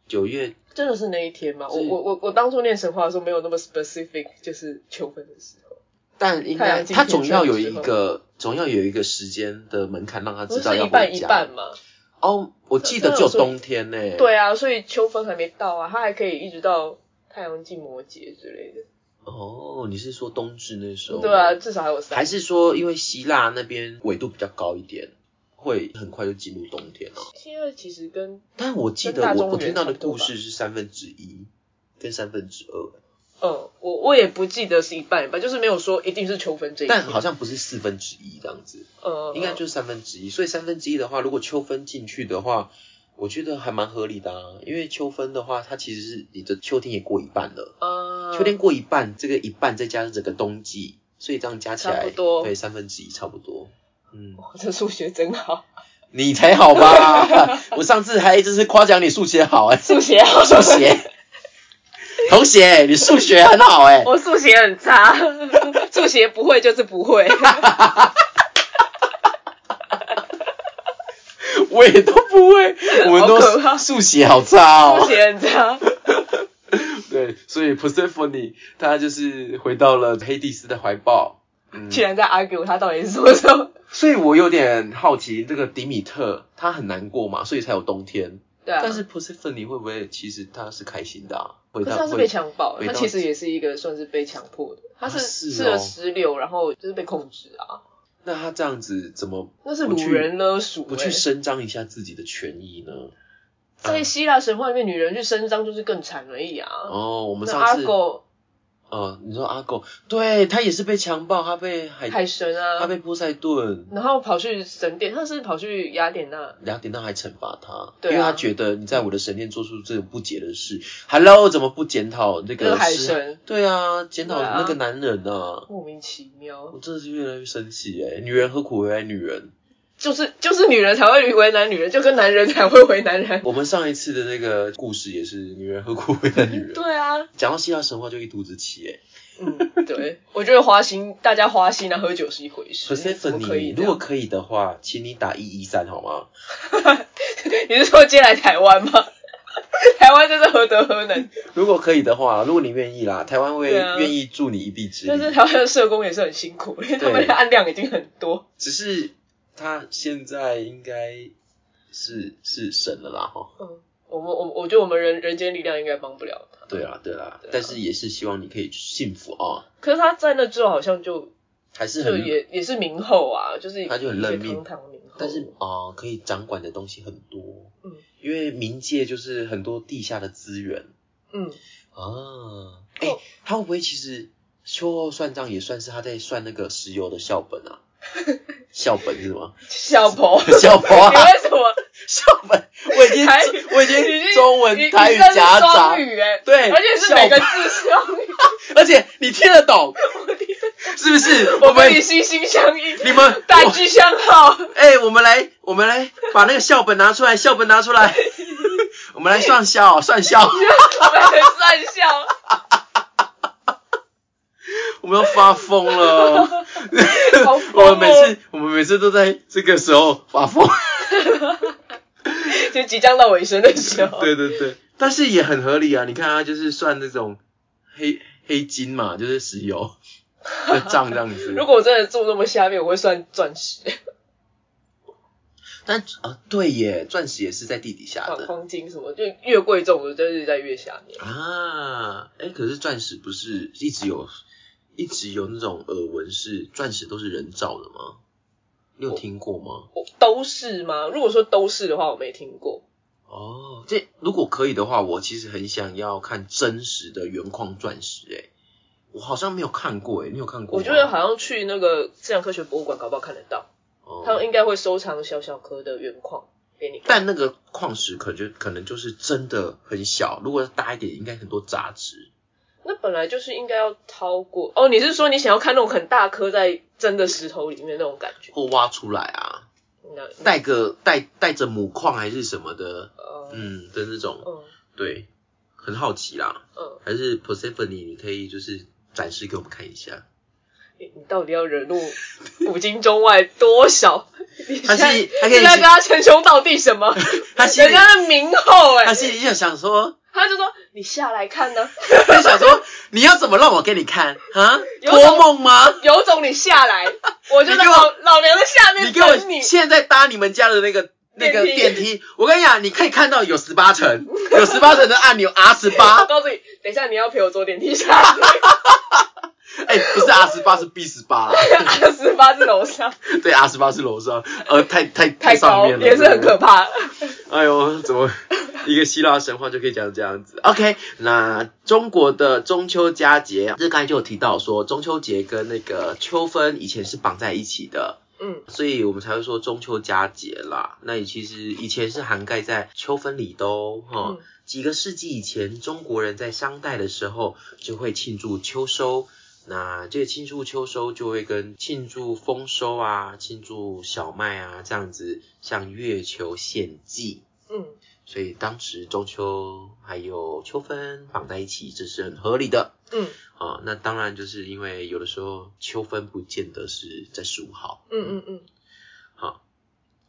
Speaker 1: 九月
Speaker 2: 真的是那一天吗？我
Speaker 1: 是
Speaker 2: 我我我当初念神话的时候没有那么 specific，就是秋分的时候，
Speaker 1: 但应
Speaker 2: 太
Speaker 1: 该
Speaker 2: 阳进
Speaker 1: 他
Speaker 2: 天
Speaker 1: 总
Speaker 2: 秤
Speaker 1: 要
Speaker 2: 的
Speaker 1: 有
Speaker 2: 时
Speaker 1: 一
Speaker 2: 候
Speaker 1: 个总要有一个时间的门槛，让他
Speaker 2: 不
Speaker 1: 知
Speaker 2: 是
Speaker 1: 道要
Speaker 2: 一半
Speaker 1: 回
Speaker 2: 一
Speaker 1: 家
Speaker 2: 半吗？
Speaker 1: 哦，我记得
Speaker 2: 这
Speaker 1: 只有
Speaker 2: 这种
Speaker 1: 冬天呢、欸。
Speaker 2: 对啊，所以秋分还没到啊，它还可以一直到太阳进摩羯之类的。
Speaker 1: 哦，你是说冬至那时候？
Speaker 2: 对啊，，至少还有三。
Speaker 1: 还是说因为希腊那边纬度比较高一点，会很快就进入冬天哦、
Speaker 2: 七二其实跟
Speaker 1: 但我记
Speaker 2: 跟大
Speaker 1: 得我
Speaker 2: 中
Speaker 1: 我
Speaker 2: 原
Speaker 1: 听到的
Speaker 2: 差不多
Speaker 1: 故事是三分之一跟三分之二，
Speaker 2: 嗯，我我也不记得是一半吧，就是没有说一定是秋分这一天。
Speaker 1: 但好像不是四分之一这样子，
Speaker 2: 呃，
Speaker 1: 应该就是三分之一。所以三分之一的话，如果秋分进去的话，我觉得还蛮合理的啊，因为秋分的话，它其实是你的秋天也过一半了，
Speaker 2: 呃，
Speaker 1: 秋天过一半，这个一半再加上整个冬季，所以这样加起来
Speaker 2: 差不多
Speaker 1: 对三分之一差不多。嗯，
Speaker 2: 我 *laughs* 这数学
Speaker 1: *laughs*
Speaker 2: 真好，
Speaker 1: 你才好吧？ *laughs* 我上次还一直是夸奖你数学好哎、
Speaker 2: 数学好，
Speaker 1: 数学，同学，你数学很好哎、
Speaker 2: 我数学很差， *laughs* 数学不会就是不 *laughs* 会。
Speaker 1: 我也都不会，我们
Speaker 2: 好可怕
Speaker 1: 都数学好差
Speaker 2: 数
Speaker 1: 哦。
Speaker 2: 学很差，
Speaker 1: *laughs* 对，所以 Persephone 她就是回到了黑蒂斯的怀抱。嗯，
Speaker 2: 居然在 argue 他到底是什么时候？
Speaker 1: 所以我有点好奇，这个迪米特他很难过嘛，所以才有冬天。
Speaker 2: *laughs* 对啊，
Speaker 1: 但是 Persephone 会不会其实他是开心的、啊？回
Speaker 2: 可
Speaker 1: 到
Speaker 2: 是他是
Speaker 1: 回
Speaker 2: 被强暴，
Speaker 1: 回
Speaker 2: 他
Speaker 1: 到
Speaker 2: 其实也是一个算是被强迫的，他
Speaker 1: 啊
Speaker 2: 是
Speaker 1: 是
Speaker 2: 吃
Speaker 1: 哦
Speaker 2: 了石榴，然后就是被控制啊，
Speaker 1: 那他这样子怎么
Speaker 2: 那是
Speaker 1: 不去
Speaker 2: 掳人勒索、欸。
Speaker 1: 不去伸张一下自己的权益呢？啊
Speaker 2: 在希腊神话里面，女人去伸张就是更惨而已啊。
Speaker 1: 哦，我们
Speaker 2: 那
Speaker 1: 上
Speaker 2: 阿
Speaker 1: 次
Speaker 2: 狗
Speaker 1: 呃，你说阿狗，对他也是被强暴，他被海，
Speaker 2: 海神
Speaker 1: 哎他
Speaker 2: 啊，
Speaker 1: 被波塞顿，
Speaker 2: 然后跑去神殿，他是跑去雅典娜，
Speaker 1: 雅典娜还惩罚他，
Speaker 2: 对啊
Speaker 1: 因为他觉得你在我的神殿做出这种不洁的事，Hello，怎么不检讨那
Speaker 2: 那
Speaker 1: 个
Speaker 2: 个海
Speaker 1: 是？
Speaker 2: 神
Speaker 1: 对啊，检讨
Speaker 2: 对啊
Speaker 1: 那个男人啊，
Speaker 2: 莫名其妙
Speaker 1: 我，真的是越来越生气哎，女人何苦为难女人？
Speaker 2: 就是就是女人才会为难女人，就跟男人才会为难人。
Speaker 1: 我们上一次的那个故事也是女人何苦为难女人，
Speaker 2: 对啊，
Speaker 1: 讲到希腊神话就一肚子气哎。
Speaker 2: 嗯，对，我觉得花心，大家花心啊，喝酒是一回事。哎怎么可
Speaker 1: Persephone，
Speaker 2: 以
Speaker 1: 如
Speaker 2: 这
Speaker 1: 果
Speaker 2: 样，
Speaker 1: 可以的话，请你打一一三好吗？
Speaker 2: 你是说接来台湾
Speaker 1: *laughs*
Speaker 2: 吗？台湾真是何德何能，
Speaker 1: 如果可以的话，如果你愿意啦，台湾会
Speaker 2: 对啊
Speaker 1: 愿意助你一臂之力。
Speaker 2: 但是台湾的社工也是很辛苦，因为他们的案量已经很多。
Speaker 1: 只是他现在应该是是神了啦，哈。
Speaker 2: 嗯，我们我我觉得我们人人间力量应该帮不了他。
Speaker 1: 对啦，对啦，
Speaker 2: 啊
Speaker 1: 但是也是希望你可以幸福啊、
Speaker 2: 可是他在那之后好像就
Speaker 1: 还是
Speaker 2: 就
Speaker 1: 很，
Speaker 2: 也也是名后啊，就是
Speaker 1: 他就很
Speaker 2: 一些
Speaker 1: 认命
Speaker 2: 堂堂名后。
Speaker 1: 但是啊、呃可以掌管的东西很多，
Speaker 2: 嗯
Speaker 1: 因为冥界就是很多地下的资源
Speaker 2: 嗯，哦
Speaker 1: 啊。哎、他会不会其实秋后算账也算是他在算那个石油的校本
Speaker 2: *laughs*
Speaker 1: 啊？校本是吗？*laughs*
Speaker 2: 小婆，你
Speaker 1: 校本啊，
Speaker 2: 为什么
Speaker 1: 校本，我已经
Speaker 2: 台语
Speaker 1: 我已
Speaker 2: 你
Speaker 1: 经
Speaker 2: 是
Speaker 1: 中文
Speaker 2: 你
Speaker 1: 台
Speaker 2: 你
Speaker 1: 语
Speaker 2: 算是
Speaker 1: 夹杂
Speaker 2: 双，语哎、
Speaker 1: 对
Speaker 2: 而且是
Speaker 1: 校
Speaker 2: 每个
Speaker 1: 本
Speaker 2: 字双语，
Speaker 1: *laughs* 而且你听得懂，是不是？我
Speaker 2: 我
Speaker 1: 们
Speaker 2: 跟你心心相印。
Speaker 1: 你们
Speaker 2: 大
Speaker 1: 我
Speaker 2: 居相好，
Speaker 1: 哎、我们来我们来把那个校本拿出来，校本拿出
Speaker 2: *laughs*
Speaker 1: 来，我们来算校算校，
Speaker 2: 我们很算笑，
Speaker 1: 我们要发疯了。
Speaker 2: 好疯
Speaker 1: *laughs* 我
Speaker 2: 哦
Speaker 1: 们每次我们每次都在这个时候发疯，
Speaker 2: *laughs* 就即将到
Speaker 1: *laughs*
Speaker 2: 尾声的时候，
Speaker 1: 对对对，但是也很合理啊。你看他就是算那种黑黑金嘛，就是石油的账这样子。
Speaker 2: *laughs* 如果我真的住那么下面，我会算钻石、
Speaker 1: 但啊、对耶，钻石也是在地底下
Speaker 2: 黄
Speaker 1: 的
Speaker 2: 黄金什么，就越贵重的就是在越下面。
Speaker 1: 啊。哎、可是钻石不是一直有一直有那种耳闻是钻石都是人造的吗？你有听过吗？
Speaker 2: 我都是吗？如果说都是的话，我没听过。
Speaker 1: 哦，这如果可以的话，我其实很想要看真实的原矿钻石、哎，我好像没有看过、哎，你有看过
Speaker 2: 我
Speaker 1: 吗？
Speaker 2: 觉得好像去那个自然科学博物馆，搞不好看得到。
Speaker 1: 哦
Speaker 2: 他们应该会收藏小小颗的原矿给你看。
Speaker 1: 但那个矿石可就可能就是真的很小，如果大一点，应该很多杂质。
Speaker 2: 那本来就是应该要掏过哦。你是说你想要看那种很大颗在真的石头里面那种感觉？
Speaker 1: 或挖出来啊，
Speaker 2: 那
Speaker 1: 带个带带着母矿还是什么的，
Speaker 2: 呃
Speaker 1: 嗯的那种，
Speaker 2: 嗯
Speaker 1: 对，很好奇啦。
Speaker 2: 嗯，
Speaker 1: 还是 Persephone，你可以就是展示给我们看一下。
Speaker 2: 你你到底要惹怒古今中外多少？你
Speaker 1: *laughs* 他
Speaker 2: 现在
Speaker 1: 是他
Speaker 2: 你
Speaker 1: 跟
Speaker 2: 现
Speaker 1: 你
Speaker 2: 在跟他称兄道弟什么？
Speaker 1: *laughs* 他心
Speaker 2: 人
Speaker 1: 里
Speaker 2: 家的名后哎、
Speaker 1: 他心里就想说，
Speaker 2: 他就说你下来看呢、
Speaker 1: *laughs* 就想说你要怎么让我给你看啊？
Speaker 2: 有种
Speaker 1: 托梦吗？
Speaker 2: 有种你下来，我就
Speaker 1: 你
Speaker 2: 在
Speaker 1: 给我
Speaker 2: 老老娘在下面
Speaker 1: 你给我
Speaker 2: 等你。
Speaker 1: 现在搭你们家的那个那个
Speaker 2: 电
Speaker 1: 电梯，我跟你讲，你可以看到有十八层，有十八层的按钮 R 十
Speaker 2: 我
Speaker 1: 八，
Speaker 2: 告诉你，等一下你要陪我坐电梯下去，
Speaker 1: 哎，不是 R 十八是 B 十八啦， *laughs*
Speaker 2: 二十八是楼上，
Speaker 1: 对，R 十八是楼上，呃，太太
Speaker 2: 太
Speaker 1: 上
Speaker 2: 高
Speaker 1: 面了，
Speaker 2: 也是很可怕。
Speaker 1: 哎呦，怎么一个希腊神话就可以讲这样子？OK，那中国的中秋佳节，这刚才就有提到说，中秋节跟那个秋分以前是绑在一起的，
Speaker 2: 嗯，
Speaker 1: 所以我们才会说中秋佳节啦。那其实以前是涵盖在秋分里的哦，哈、
Speaker 2: 嗯
Speaker 1: 几个世纪以前，中国人在商代的时候就会庆祝秋收。那这个庆祝秋收就会跟庆祝丰收啊、庆祝小麦啊这样子向月球献祭。
Speaker 2: 嗯，
Speaker 1: 所以当时中秋还有秋分绑在一起，这是很合理的
Speaker 2: 嗯
Speaker 1: 啊。那当然就是因为有的时候秋分不见得是在十五号。
Speaker 2: 嗯嗯嗯，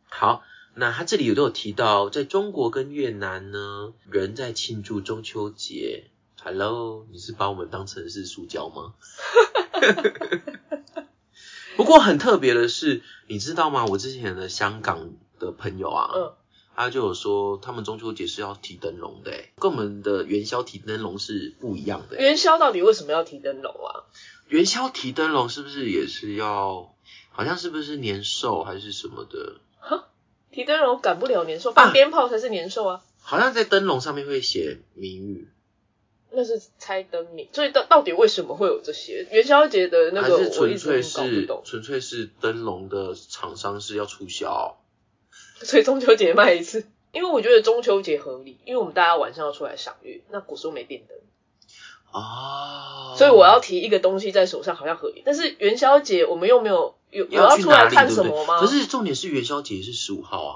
Speaker 1: 好，那他这里有都有提到，在中国跟越南呢，人在庆祝中秋节。Hello，你是把我们当成是塑胶吗？ *laughs* 不过很特别的是，你知道吗？我之前的香港的朋友啊，
Speaker 2: 嗯
Speaker 1: 他就有说，他们中秋节是要提灯笼的、欸，跟我们的元宵提灯笼是不一样的、欸。
Speaker 2: 元宵到底为什么要提灯笼啊？
Speaker 1: 元宵提灯笼是不是也是要，好像是不是年兽还是什么的？
Speaker 2: 提灯笼赶不了年兽，放
Speaker 1: 啊
Speaker 2: 鞭炮才是年兽啊，
Speaker 1: 好像在灯笼上面会写谜语，
Speaker 2: 那是猜灯谜。所以到到底为什么会有这些元宵节的那个，
Speaker 1: 还是
Speaker 2: 我一
Speaker 1: 纯
Speaker 2: 直很
Speaker 1: 粹
Speaker 2: 搞不
Speaker 1: 是
Speaker 2: 懂。
Speaker 1: 纯粹是灯笼的厂商是要促销？
Speaker 2: 所以中秋节卖一次，因为我觉得中秋节合理，因为我们大家晚上要出来赏月，那古时候没电灯。
Speaker 1: 哦，
Speaker 2: 所以我要提一个东西在手上好像合理，但是元宵节我们又没有有有
Speaker 1: 要去
Speaker 2: 出
Speaker 1: 哪
Speaker 2: 来
Speaker 1: 里
Speaker 2: 看
Speaker 1: 对
Speaker 2: 什
Speaker 1: 不
Speaker 2: 么
Speaker 1: 对
Speaker 2: 吗？
Speaker 1: 可是重点是元宵节是十五号啊，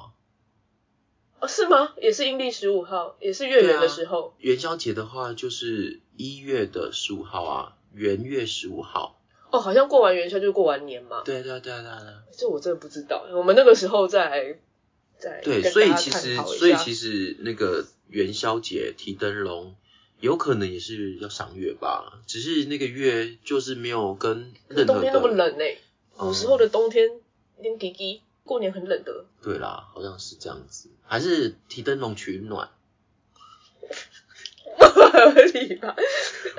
Speaker 2: 哦是吗？也是阴历十五号，也是月圆的时候。
Speaker 1: 元宵节的话就是一月的十五号啊，元月十五号。
Speaker 2: 哦，好像过完元宵就过完年嘛。
Speaker 1: 对啊对啊对啊对啊对啊，
Speaker 2: 这我真的不知道，我们那个时候再再
Speaker 1: 对，
Speaker 2: 跟
Speaker 1: 所以
Speaker 2: 大家
Speaker 1: 其实
Speaker 2: 探讨一
Speaker 1: 所以
Speaker 2: 下
Speaker 1: 其实那个元宵节提灯笼，有可能也是要赏月吧，只是那个月就是没有跟任何
Speaker 2: 冬天那么
Speaker 1: 的，
Speaker 2: 冷呢、欸古时
Speaker 1: 嗯
Speaker 2: 候的冬天零滴滴，过年很冷的。
Speaker 1: 对啦，好像是这样子，还是提灯笼取暖。
Speaker 2: 不合理吧？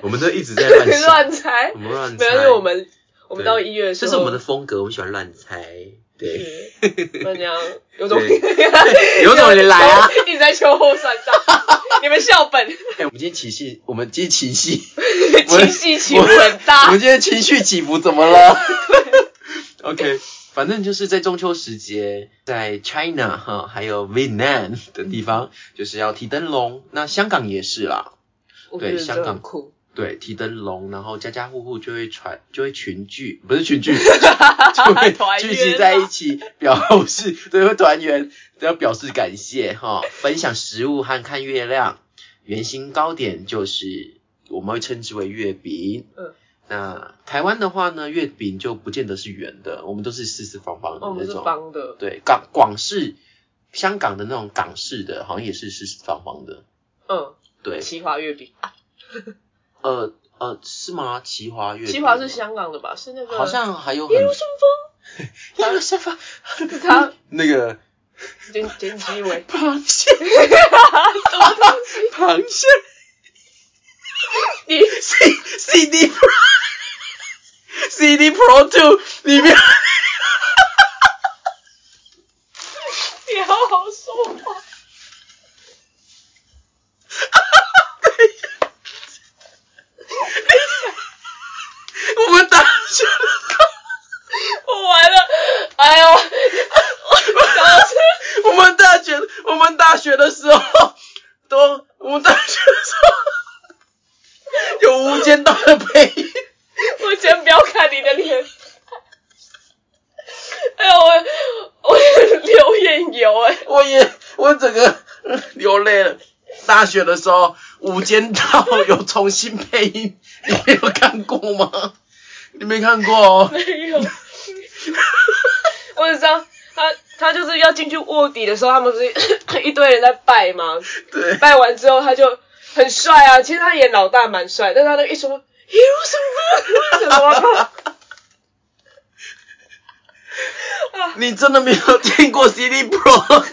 Speaker 1: 我们都一直在乱
Speaker 2: *laughs*
Speaker 1: 想，
Speaker 2: 乱猜
Speaker 1: 我，们乱
Speaker 2: 没
Speaker 1: 猜，
Speaker 2: 有，因为我们我们
Speaker 1: 对
Speaker 2: 到一月的时
Speaker 1: 这
Speaker 2: 候，
Speaker 1: 是我们的风格，我们喜欢乱猜，对，
Speaker 2: 是，那这样有种 *laughs*
Speaker 1: 对有种你来啊！
Speaker 2: 一直在秋后算
Speaker 1: *laughs*
Speaker 2: 账，你们校本
Speaker 1: 哎，我们今天情绪，我们今天情
Speaker 2: *laughs*
Speaker 1: 绪。
Speaker 2: 情绪起伏很
Speaker 1: 我
Speaker 2: 大
Speaker 1: 们。今天情绪起伏怎么了
Speaker 2: *laughs*
Speaker 1: ？OK，反正就是在中秋时节，在 China 哈，还有 Vietnam 的地方，就是要提灯笼。那香港也是啦，
Speaker 2: 我
Speaker 1: 对
Speaker 2: 觉得
Speaker 1: 香
Speaker 2: 这
Speaker 1: 港
Speaker 2: 很酷，
Speaker 1: 对，提灯笼，然后家家户户就会传，就会群聚，不是群聚，就 *laughs* 会
Speaker 2: *laughs* 团圆啊
Speaker 1: 聚集在一起，表示 *laughs* 对，会团圆，都要表示感谢哈，分享食物和看月亮。圆形糕点就是我们会称之为月饼。
Speaker 2: 嗯，
Speaker 1: 那台湾的话呢，月饼就不见得是圆的，我们都是四四方方的
Speaker 2: 哦我们
Speaker 1: 那
Speaker 2: 是
Speaker 1: 种。
Speaker 2: 帮的，
Speaker 1: 对，港广式，香港的那种港式的，好像也是四四方方的。
Speaker 2: 嗯，
Speaker 1: 对，
Speaker 2: 奇华月饼，
Speaker 1: 呃呃，是吗？齐华乐队吗，
Speaker 2: 西华是香港的吧？是那个
Speaker 1: 好像还有很
Speaker 2: 一路顺
Speaker 1: 一路顺风，
Speaker 2: 风，是他
Speaker 1: *laughs* 那
Speaker 2: *laughs*
Speaker 1: 个，
Speaker 2: 简简吉伟
Speaker 1: *laughs*
Speaker 2: *laughs*
Speaker 1: 螃蟹，螃蟹
Speaker 2: 你
Speaker 1: C C D Pro C D Pro Two 里面
Speaker 2: *laughs* 你好好说话。
Speaker 1: 我们打球的
Speaker 2: 我完了，哎呦，我刚刚是
Speaker 1: 我们大学，我们大学的时候，都我们大学的时候有《无间道》的配音，
Speaker 2: 我先不要看你的脸。 *laughs* 哎呦，我我流眼油哎、
Speaker 1: 我也我整个嗯流泪了。大学的时候，《无间道》有重新配音，你没有看过吗？你没看过哦。
Speaker 2: 没有，我只知道他他就是要进去卧底的时候，他们不是 *coughs* 一堆人在拜吗？
Speaker 1: 对，
Speaker 2: 拜完之后他就很帅啊，其实他演老大蛮帅，但是他那个一说 hero 什么什么 *laughs* 啊啊
Speaker 1: 你真的没有听过 CD Pro？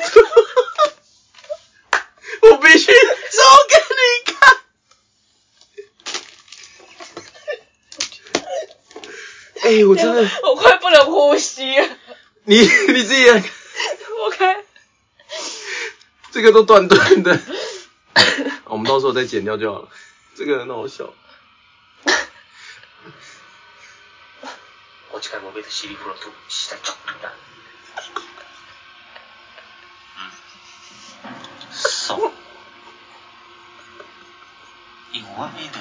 Speaker 1: 我必须找给你看。哎、我真的，
Speaker 2: 我快不能呼吸了，
Speaker 1: 你你自己也
Speaker 2: 我看
Speaker 1: 这个都断断的，
Speaker 2: *laughs*
Speaker 1: 我们到时候再剪掉就好了。这个很好笑。
Speaker 3: 我近我被的 CD Pro 都是在中毒了。嗯，手，因我咪的，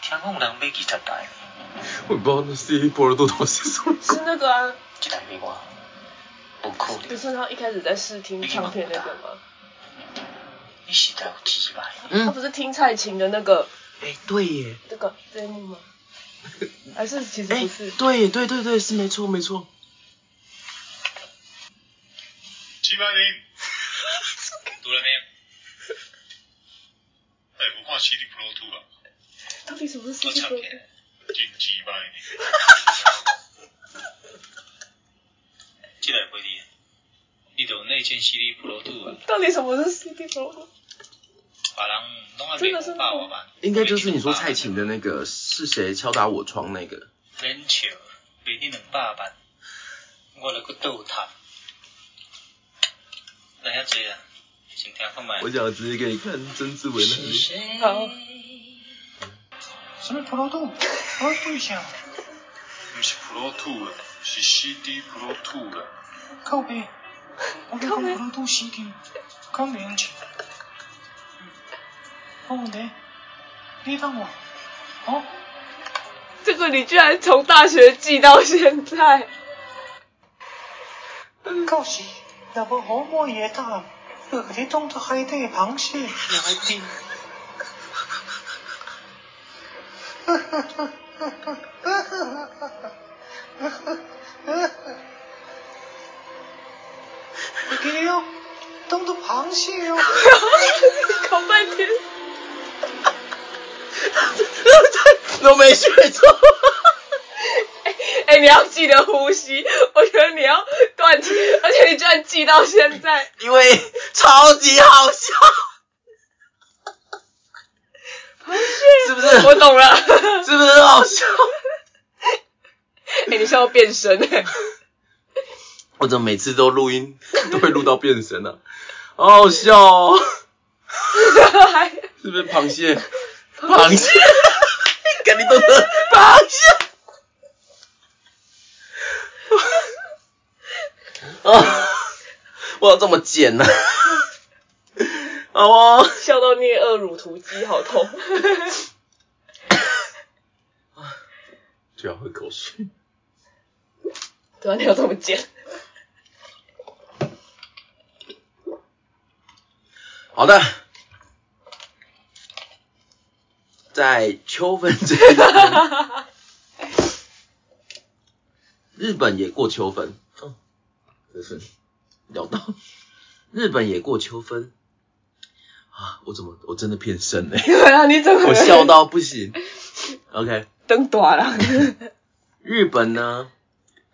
Speaker 3: 听讲人买几十台，
Speaker 1: 我不知道那 CD 波的多少是什么。
Speaker 2: 是那个啊，
Speaker 3: 一台给我，不可
Speaker 2: 不
Speaker 3: 能，
Speaker 2: 是他一开始在试听唱片那个吗？
Speaker 3: 你是台有几百？
Speaker 1: 嗯
Speaker 2: 他不是听蔡琴的那个
Speaker 1: 哎、对耶，
Speaker 2: 这个 demo 吗？还是其实
Speaker 1: 哎、
Speaker 2: 不是？
Speaker 1: 对耶，对对对，是没错没错。
Speaker 4: 지마님
Speaker 3: *laughs*
Speaker 4: 노라님 네, 무관 CD 프로토가
Speaker 2: 到底什么是
Speaker 4: 어차
Speaker 2: 这
Speaker 4: 피
Speaker 2: 个？
Speaker 4: 김지마님 지랄 보이디 니도 내전 CD 프로토가
Speaker 2: 到底什么是 CD Pro？
Speaker 4: 바랑 농아
Speaker 2: 진짜 쓴다.
Speaker 4: 메고바와만
Speaker 1: *laughs* 应该就是你说蔡琴的那个是谁敲打我窗那个？
Speaker 4: 렌치어 메니는 바반 뭐라 그 또타 나야 쟤야 지금 대학 한번
Speaker 1: 我想直接给你看曾志伟那里。
Speaker 2: 好。
Speaker 4: 什么 Pro Two Pro Two 一下？不是 Pro Two 了，是 CD Pro Two 了。靠背，我
Speaker 5: 그
Speaker 4: 跟讲 Pro Two CD，讲明去。
Speaker 5: 어,
Speaker 4: 没问题，你放我。哦，
Speaker 2: 这个你居然从大学记到现在， *laughs*
Speaker 5: 到时若无好满嘢啖，就给你当作海底螃蟹来炖。你给你哦，当做螃蟹哦。
Speaker 2: 搞半天， *laughs*
Speaker 1: 都没学错。
Speaker 2: 哎、你要记得呼吸，我觉得你要断气，而且你居然记到现在，
Speaker 1: 因为超级好笑，是不是？
Speaker 2: 我懂了，
Speaker 1: *laughs* 是不是很好笑？
Speaker 2: *laughs* 哎、你像要变身哎、
Speaker 1: 我怎么每次都录音都会录到变身啊？好好笑哦，
Speaker 2: 还
Speaker 1: 是不是螃蟹？螃蟹，肯定都是螃蟹。啊！我要这么剪呢、啊？ *laughs* 好哦，
Speaker 2: 笑到颞颌乳突肌好痛，
Speaker 1: 就要喝口水。
Speaker 2: 对啊，你要这么剪，
Speaker 1: 好的，在秋分这一天，日本也过秋分，哦，这是聊到日本也过秋分，啊，我怎么我真的变身嘞、
Speaker 2: 对啊，你怎么
Speaker 1: 我笑到不行。OK，
Speaker 2: 灯短了？
Speaker 1: 日本呢，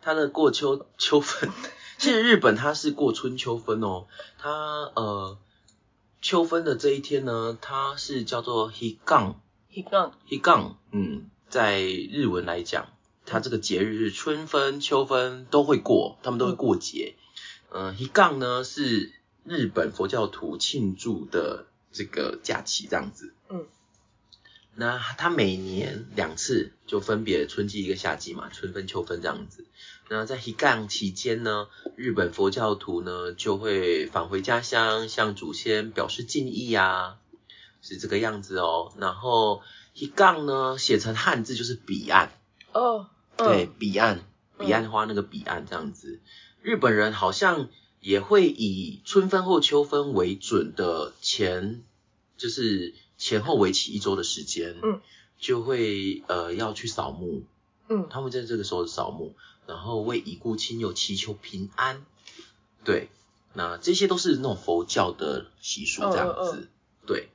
Speaker 1: 它的过秋秋分，其实日本它是过春秋分哦，它呃秋分的这一天呢，它是叫做 higang
Speaker 2: 一杠
Speaker 1: higang，嗯，在日文来讲，它这个节日是春分、秋分都会过，他们都会过节。嗯、呃、，higang 呢是日本佛教徒庆祝的这个假期，这样子。那它每年两次，就分别春季一个夏季嘛，春分秋分这样子。那在 Higan 期间呢，日本佛教徒呢就会返回家乡，向祖先表示敬意啊，是这个样子哦。然后 Higan 呢写成汉字就是彼岸，
Speaker 2: 哦，嗯
Speaker 1: 对，，彼岸，
Speaker 2: 嗯
Speaker 1: 彼岸花那个彼岸这样子。日本人好像也会以春分或秋分为准的前，就是前后为期一周的时间，
Speaker 2: 嗯，
Speaker 1: 就会呃要去扫墓，
Speaker 2: 嗯
Speaker 1: 他们在这个时候扫墓，然后为已故亲友祈求平安，对，那这些都是那种佛教的习俗这样
Speaker 2: 嗯嗯
Speaker 1: 子，对。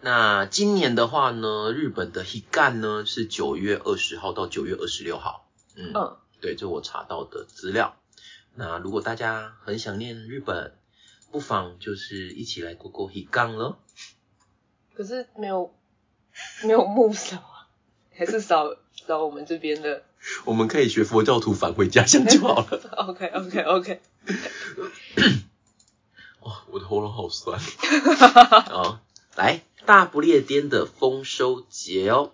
Speaker 1: 那今年的话呢，日本的 Higan 呢是九月二十号到九月二十六号，嗯
Speaker 2: 嗯，
Speaker 1: 对，这我查到的资料。那如果大家很想念日本，不妨就是一起来过过 Higan 了。
Speaker 2: 可是没有没有木扫啊，还是扫扫我们这边的。
Speaker 1: 我们可以学佛教徒返回家乡就好了。
Speaker 2: OK OK OK，
Speaker 1: 哦，我的喉咙好
Speaker 2: *laughs*
Speaker 1: 酸。哦，来大不列颠的丰收节哦，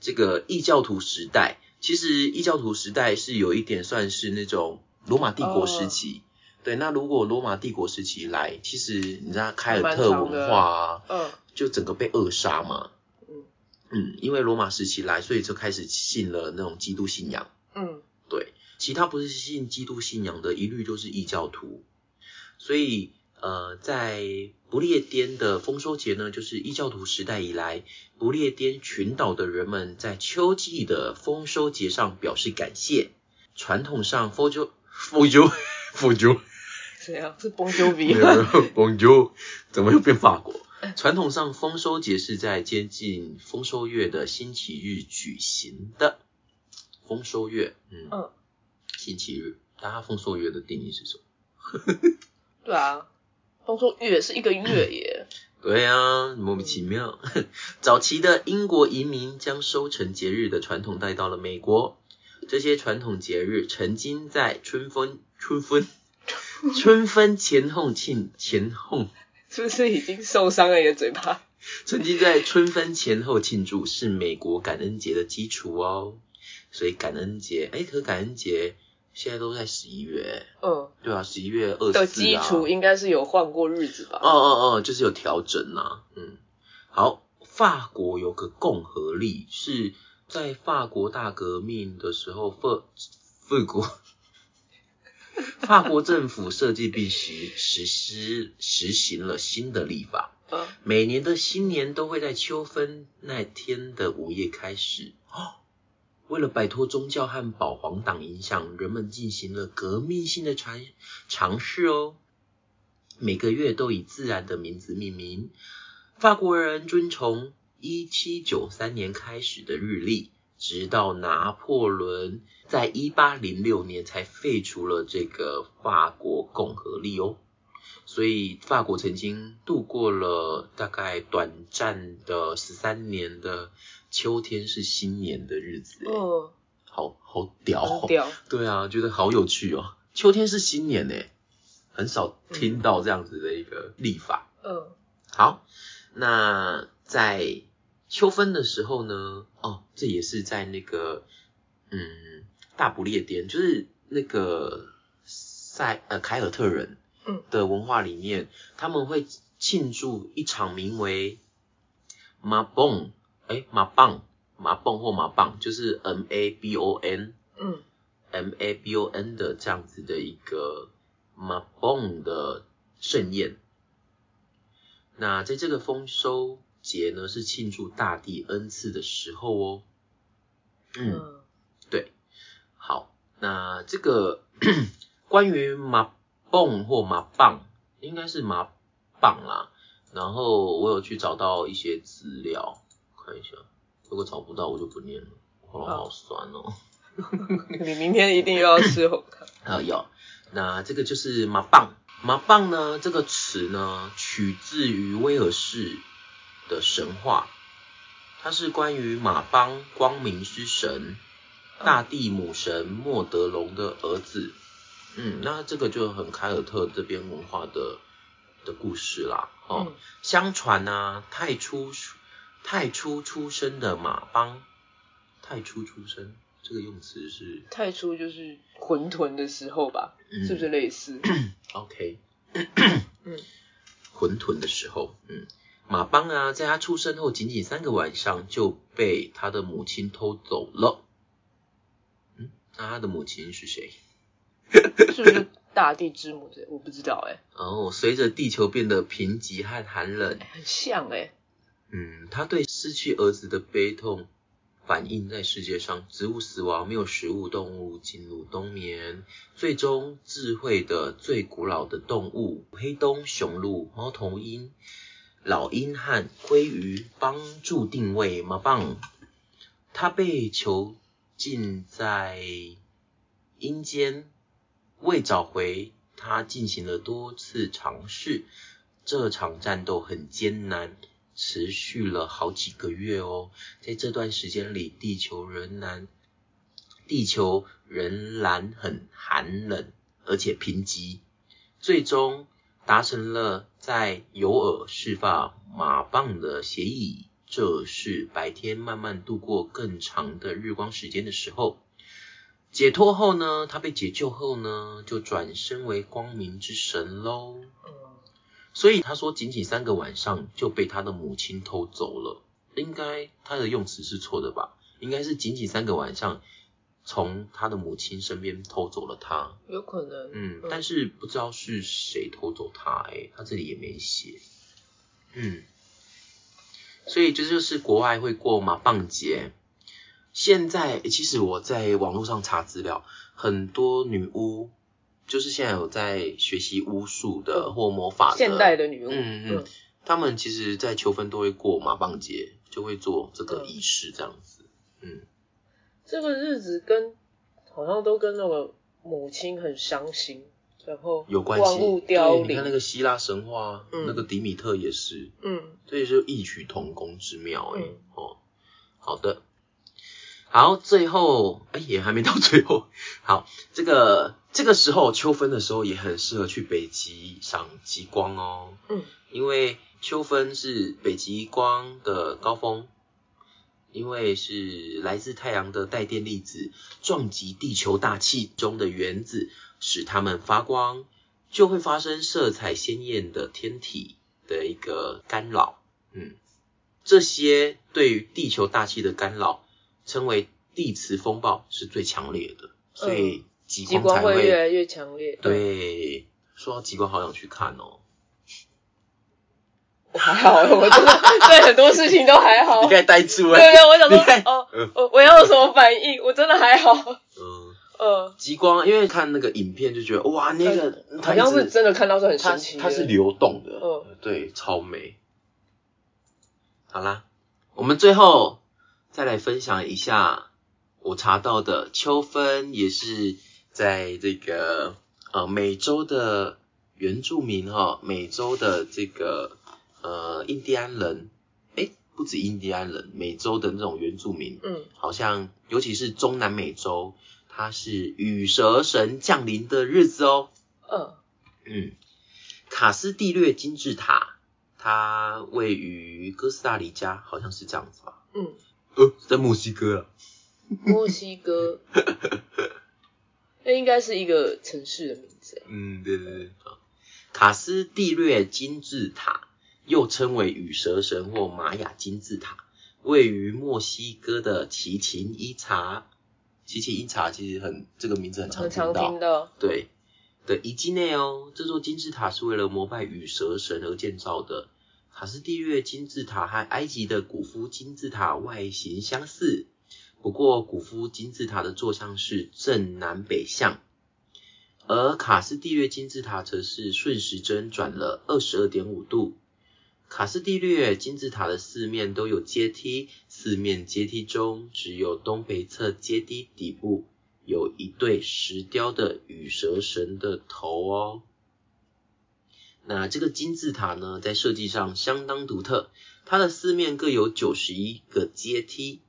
Speaker 1: 这个异教徒时代，其实异教徒时代是有一点算是那种罗马帝
Speaker 2: 哦
Speaker 1: 国时期。对，那如果罗马帝国时期来，其实你知道凯尔特文化啊，
Speaker 2: 嗯
Speaker 1: 就整个被扼杀嘛。
Speaker 2: 嗯
Speaker 1: 嗯，因为罗马时期来，所以就开始信了那种基督信仰。
Speaker 2: 嗯
Speaker 1: 对，其他不是信基督信仰的，一律都是异教徒。所以，呃，在不列颠的丰收节呢，就是异教徒时代以来，不列颠群岛的人们在秋季的丰收节上表示感谢。传统上，丰收，丰收，丰收。
Speaker 2: 怎样？是崩丘比
Speaker 1: 没有 *laughs* Bonjour，怎么又变法国？传统上，丰收节是在接近丰收月的星期日举行的。丰收月，嗯，
Speaker 2: 嗯
Speaker 1: 星期日，大家丰收月的定义是什么？
Speaker 2: 对啊，丰收月是一个月耶。
Speaker 1: 对啊，莫名其妙。 *laughs* 早期的英国移民将收成节日的传统带到了美国，这些传统节日曾经在春分、春分、春分前后庆前后
Speaker 2: *laughs* 是不是已经受伤了你的嘴巴？
Speaker 1: 曾经在春分前后庆祝是美国感恩节的基础哦，所以感恩节，哎，可感恩节现在都在十一月，
Speaker 2: 嗯，
Speaker 1: 对啊，十一月二十
Speaker 2: 的
Speaker 1: 四
Speaker 2: 基
Speaker 1: 啊，
Speaker 2: 础应该是有换过日子吧？
Speaker 1: 哦哦哦，就是有调整啦、嗯，好，法国有个共和历是在法国大革命的时候，法法国法国政府设计并实实施实行了新的立法，
Speaker 2: 嗯，
Speaker 1: 每年的新年都会在秋分那天的午夜开始。哦，为了摆脱宗教和保皇党影响，人们进行了革命性的尝尝试哦。每个月都以自然的名字命名。法国人遵从一七九三年开始的日历，直到拿破仑在一八零六年才废除了这个法国共和历哦。所以法国曾经度过了大概短暂的十三年的秋天是新年的日子，哎、
Speaker 2: 嗯，
Speaker 1: 好好屌、哦，
Speaker 2: 很屌。
Speaker 1: 对啊，觉得好有趣哦。秋天是新年诶，很少听到这样子的一个历法。
Speaker 2: 嗯
Speaker 1: 好，那在秋分的时候呢，哦，这也是在那个嗯大不列颠，就是那个塞呃凯尔特人
Speaker 2: 嗯
Speaker 1: 的文化里面，他们会庆祝一场名为马蹦哎马棒马蹦或马棒，就是 M A B O N
Speaker 2: 嗯
Speaker 1: M A B O N 的这样子的一个 Mabon 的盛宴。那在这个丰收节呢，是庆祝大地恩赐的时候哦。嗯，
Speaker 2: 嗯
Speaker 1: 对，好，那这个 *coughs* 关于马蹦或马棒，应该是马棒啦然后我有去找到一些资料，看一下，如果找不到我就不念了，喉咙好酸哦。
Speaker 2: 你明天一定又要吃红汤。
Speaker 1: 啊，有，那这个就是麻棒。麻棒呢，这个词呢，取自于威尔士的神话，它是关于马帮光明之神大地母神莫德隆的儿子。嗯，那这个就很凯尔特这边文化的的故事啦。哦，
Speaker 2: 嗯
Speaker 1: 相传啊，太初太初出生的马帮，太初出生这个用词是
Speaker 2: 太初就是混沌的时候吧，
Speaker 1: 嗯
Speaker 2: 是不是
Speaker 1: *laughs*
Speaker 2: 类似？
Speaker 1: OK，
Speaker 2: 嗯
Speaker 1: *coughs* 混沌的时候，嗯，马帮啊，在他出生后仅仅三个晚上就被他的母亲偷走了。嗯，那他的母亲是谁？
Speaker 2: 是不是大地之母之类？我不知道哎、
Speaker 1: 哦，随着地球变得贫瘠和寒冷，
Speaker 2: 很像哎、
Speaker 1: 嗯，他对失去儿子的悲痛反映在世界上，植物死亡，没有食物，动物进入冬眠，最终智慧的最古老的动物，黑东雄鹿、猫头鹰、老鹰和鲑鱼帮助定位马棒，他被囚禁在阴间，为找回他进行了多次尝试。这场战斗很艰难，持续了好几个月哦。在这段时间里，地球仍然地球仍然很寒冷，而且贫瘠。最终达成了在尤尔释放马棒的协议。这是白天慢慢度过更长的日光时间的时候。解脱后呢，他被解救后呢，就转身为光明之神喽。
Speaker 2: 嗯，
Speaker 1: 所以他说，仅仅三个晚上就被他的母亲偷走了。应该他的用词是错的吧？应该是仅仅三个晚上，从他的母亲身边偷走了他。
Speaker 2: 有可能。
Speaker 1: 嗯，但是不知道是谁偷走他、欸，他这里也没写。嗯，所以这就是国外会过马棒节。现在欸其实我在网络上查资料，很多女巫就是现在有在学习巫术的
Speaker 2: 嗯
Speaker 1: 或魔法的，
Speaker 2: 现代的女巫，
Speaker 1: 嗯嗯，他们其实，在秋分都会过马棒节，就会做这
Speaker 2: 嗯
Speaker 1: 个仪式这样子。
Speaker 2: 这个日子跟好像都跟那个母亲很伤心，然后
Speaker 1: 有关系。
Speaker 2: 万物凋
Speaker 1: 对你
Speaker 2: 零
Speaker 1: 看那。个希腊神话，
Speaker 2: 嗯
Speaker 1: 那个迪米特也是，
Speaker 2: 嗯，
Speaker 1: 这也是异曲同工之妙哎、
Speaker 2: 嗯
Speaker 1: 哦，好的，好，最后哎、也还没到最后，好，这个这个时候秋分的时候也很适合去北极赏极光哦。
Speaker 2: 嗯，
Speaker 1: 因为秋分是北极光的高峰，因为是来自太阳的带电粒子撞击地球大气中的原子，使它们发光，就会发生色彩鲜艳的天体的一个干扰。嗯，这些对于地球大气的干扰称为地磁风暴，是最强烈的，所以极
Speaker 2: 嗯极
Speaker 1: 光
Speaker 2: 光
Speaker 1: 才
Speaker 2: 会越来越强烈。，
Speaker 1: 对，说到极光，好想去看哦。
Speaker 2: 我
Speaker 1: *laughs*
Speaker 2: 还好，我真的对很多事情都还好。
Speaker 1: 你该
Speaker 2: 对
Speaker 1: 呆
Speaker 2: *laughs*
Speaker 1: 住哎、
Speaker 2: 对，我想
Speaker 1: 你看
Speaker 2: 说，哦
Speaker 1: *laughs* 嗯，
Speaker 2: 我我要有什么反应？我真的还好。
Speaker 1: 嗯，
Speaker 2: 嗯，
Speaker 1: 极光，因为看那个影片就觉得哇，那个它
Speaker 2: 好像是
Speaker 1: 一直
Speaker 2: 真的看到是很
Speaker 1: 它
Speaker 2: 神奇的。
Speaker 1: 它是流动的，
Speaker 2: 嗯
Speaker 1: 对，超美。好啦，我们最后再来分享一下我查到的秋分，也是在这个呃美洲的原住民哈、美洲的这个呃印第安人，诶，不止印第安人，美洲的那种原住民，
Speaker 2: 嗯
Speaker 1: 好像尤其是中南美洲，它是羽蛇神降临的日子哦。
Speaker 2: 嗯
Speaker 1: 嗯，卡斯蒂略金字塔，它位于哥斯达黎加，好像是这样子吧？
Speaker 2: 嗯，
Speaker 1: 呃，在墨西哥啊。
Speaker 2: 墨西
Speaker 1: *laughs*
Speaker 2: 哥，那应该是一个城市的名字。
Speaker 1: 嗯，对对对。好卡斯蒂略金字塔又称为羽蛇神或玛雅金字塔，位于墨西哥的奇琴伊察。奇琴伊察其实很这个名字很常
Speaker 2: 很
Speaker 1: 听
Speaker 2: 常
Speaker 1: 到
Speaker 2: 听，到，
Speaker 1: 对的遗迹内哦。这座金字塔是为了膜拜羽蛇神而建造的。卡斯蒂略金字塔和埃及的古夫金字塔外形相似，不过古夫金字塔的坐向是正南北向，而卡斯蒂略金字塔则是顺时针转了二十二点五度。卡斯蒂略金字塔的四面都有阶梯，四面阶梯中只有东北侧阶梯底部有一对石雕的羽蛇神的头哦。那这个金字塔呢，在设计上相当独特，它的四面各有九十一个阶梯，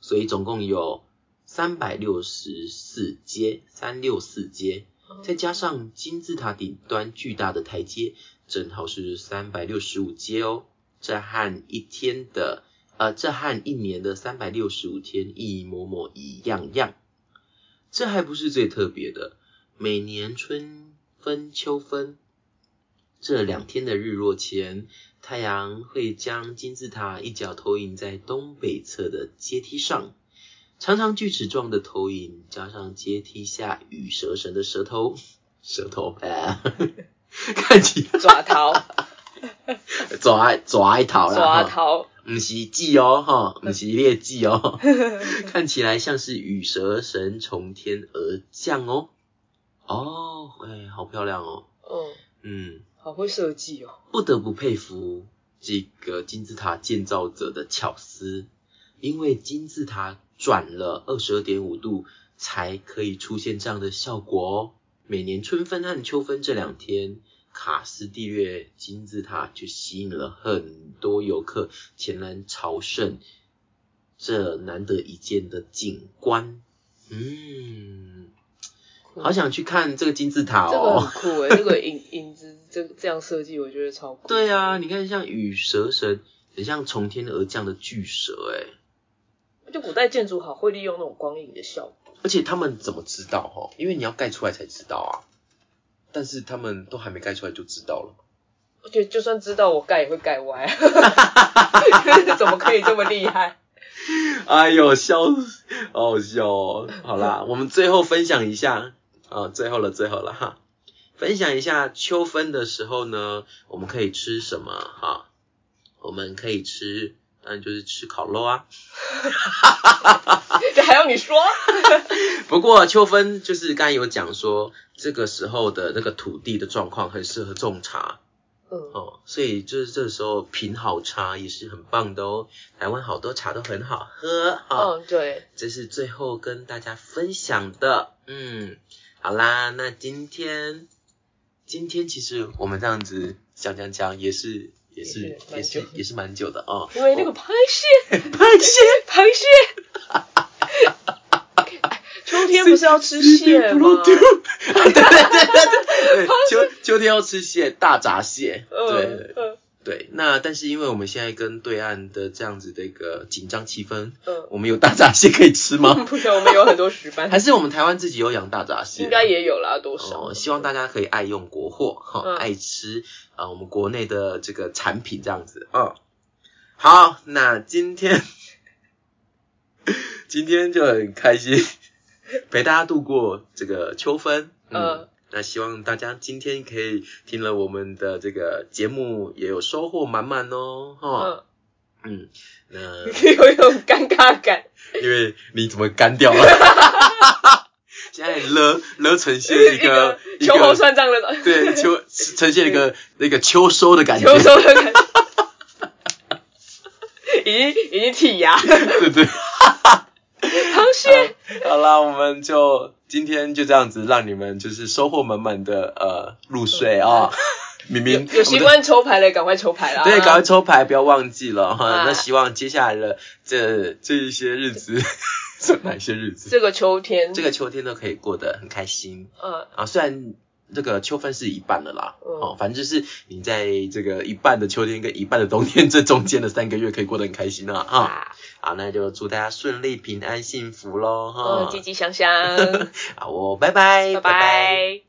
Speaker 1: 所以总共有三百六十四阶，三六四阶。再加上金字塔顶端巨大的台阶，正好是三百六十五阶哦。这和一天的，呃，这和一年的三百六十五天一模模一样样。这还不是最特别的，每年春分、秋分这两天的日落前，太阳会将金字塔一角投影在东北侧的阶梯上。长长锯齿状的投影，加上阶梯下羽蛇神的舌头， *laughs* 舌头，哎、看起来 *laughs*
Speaker 2: 抓逃，
Speaker 1: 爪爪一头啦，哈
Speaker 2: 抓逃，
Speaker 1: 唔是记哦，哈，唔是劣迹哦，看起来像是羽蛇神从天而降哦。哦，哎，好漂亮哦。
Speaker 2: 嗯，
Speaker 1: 嗯，
Speaker 2: 好会设计哦，
Speaker 1: 不得不佩服这个金字塔建造者的巧思，因为金字塔转了二十二点五度才可以出现这样的效果哦。每年春分和秋分这两天，卡斯蒂略金字塔就吸引了很多游客前来朝圣这难得一见的景观。嗯，好想去看这个金字塔哦。
Speaker 2: 这个很酷
Speaker 1: *laughs*
Speaker 2: 诶，这个影影子这这样设计，我觉得超酷。
Speaker 1: 对啊，你看像羽蛇神，很像从天而降的巨蛇哎、
Speaker 2: 就古代建筑好会利用那种光影的效果，
Speaker 3: 而且他们怎么知道哈？因为你要盖出来才知道啊。但是他们都还没盖出来就知道了。
Speaker 2: 而且就算知道我盖也会盖
Speaker 1: *laughs*
Speaker 2: 歪，怎么可以这么厉害？
Speaker 1: 哎呦，笑死，好好笑哦。好啦，我们最后分享一下，啊，最后了，最后了哈，分享一下秋分的时候呢，我们可以吃什么哈？我们可以吃，当然就是吃烤肉啊。
Speaker 2: 这还要你说？
Speaker 1: 不过秋分就是刚才有讲说，这个时候的那个土地的状况很适合种茶。
Speaker 2: 嗯，
Speaker 1: 哦，所以就是这时候品好茶也是很棒的哦。台湾好多茶都很好喝哈、哦
Speaker 2: 嗯，对，
Speaker 1: 这是最后跟大家分享的。嗯，好啦，那今天今天其实我们这样子讲讲讲也是也是也
Speaker 2: 也是蛮久
Speaker 1: 是也是蛮久的哦。
Speaker 2: 因为那个
Speaker 1: 我
Speaker 2: 螃
Speaker 1: *laughs*
Speaker 2: 蟹，
Speaker 1: 螃蟹
Speaker 2: 螃蟹，秋天不是要吃蟹吗？
Speaker 1: 对对对对对，秋秋天要吃蟹，大闸蟹。对对
Speaker 2: 嗯嗯
Speaker 1: 对，那但是因为我们现在跟对岸的这样子的一个紧张气氛，
Speaker 2: 嗯，
Speaker 1: 我们有大闸蟹可以吃吗？
Speaker 2: 不行，我们有很多石斑
Speaker 1: 还，是我们台湾自己有养大闸蟹？
Speaker 2: 应该也有啦，多少？
Speaker 1: 哦，希望大家可以爱用国货，哈、
Speaker 2: 嗯
Speaker 1: 爱吃啊、呃我们国内的这个产品这样子，嗯，好，那今天今天就很开心， *laughs* 陪大家度过这个秋分，
Speaker 2: 嗯
Speaker 1: 那希望大家今天可以听了我们的这个节目，也有收获满满哦，哈、
Speaker 2: 嗯，
Speaker 1: 嗯，那
Speaker 2: *laughs* 有一种尴尬感，
Speaker 1: 因为你怎么干掉了？ *laughs* 现在勒勒呈现一个一
Speaker 2: 秋
Speaker 1: 个
Speaker 2: 后算账的
Speaker 1: 对，秋呈现一
Speaker 2: *laughs*
Speaker 1: 个那个秋收的感觉，
Speaker 2: 秋收的感觉，已经已经剔
Speaker 1: *laughs*
Speaker 2: 牙，
Speaker 1: 对 *laughs* 对。
Speaker 2: 螃蟹，
Speaker 1: 好啦，我们就今天就这样子，让你们就是收获满满的呃入睡啊、明明
Speaker 2: 嗯有习惯抽牌的赶快抽牌啦，
Speaker 1: 我们的对，赶快抽牌，不要忘记了哈、
Speaker 2: 啊
Speaker 1: 那希望接下来的这这一些日子，
Speaker 2: *laughs*
Speaker 1: 是哪一些日子？
Speaker 2: 这个秋天，
Speaker 1: 这个秋天都可以过得很开心
Speaker 2: 嗯，
Speaker 1: 啊，虽然。这个秋分是一半了啦，
Speaker 2: 嗯
Speaker 1: 哦，反正就是你在这个一半的秋天跟一半的冬天这中间的三个月可以过得很开心啊，哈、
Speaker 2: 啊，
Speaker 1: 好，那就祝大家顺利、平安、幸福喽！
Speaker 2: 嗯，
Speaker 1: 哈 *laughs*
Speaker 2: 积，极向上，
Speaker 1: 好哦，拜拜，
Speaker 2: 拜拜。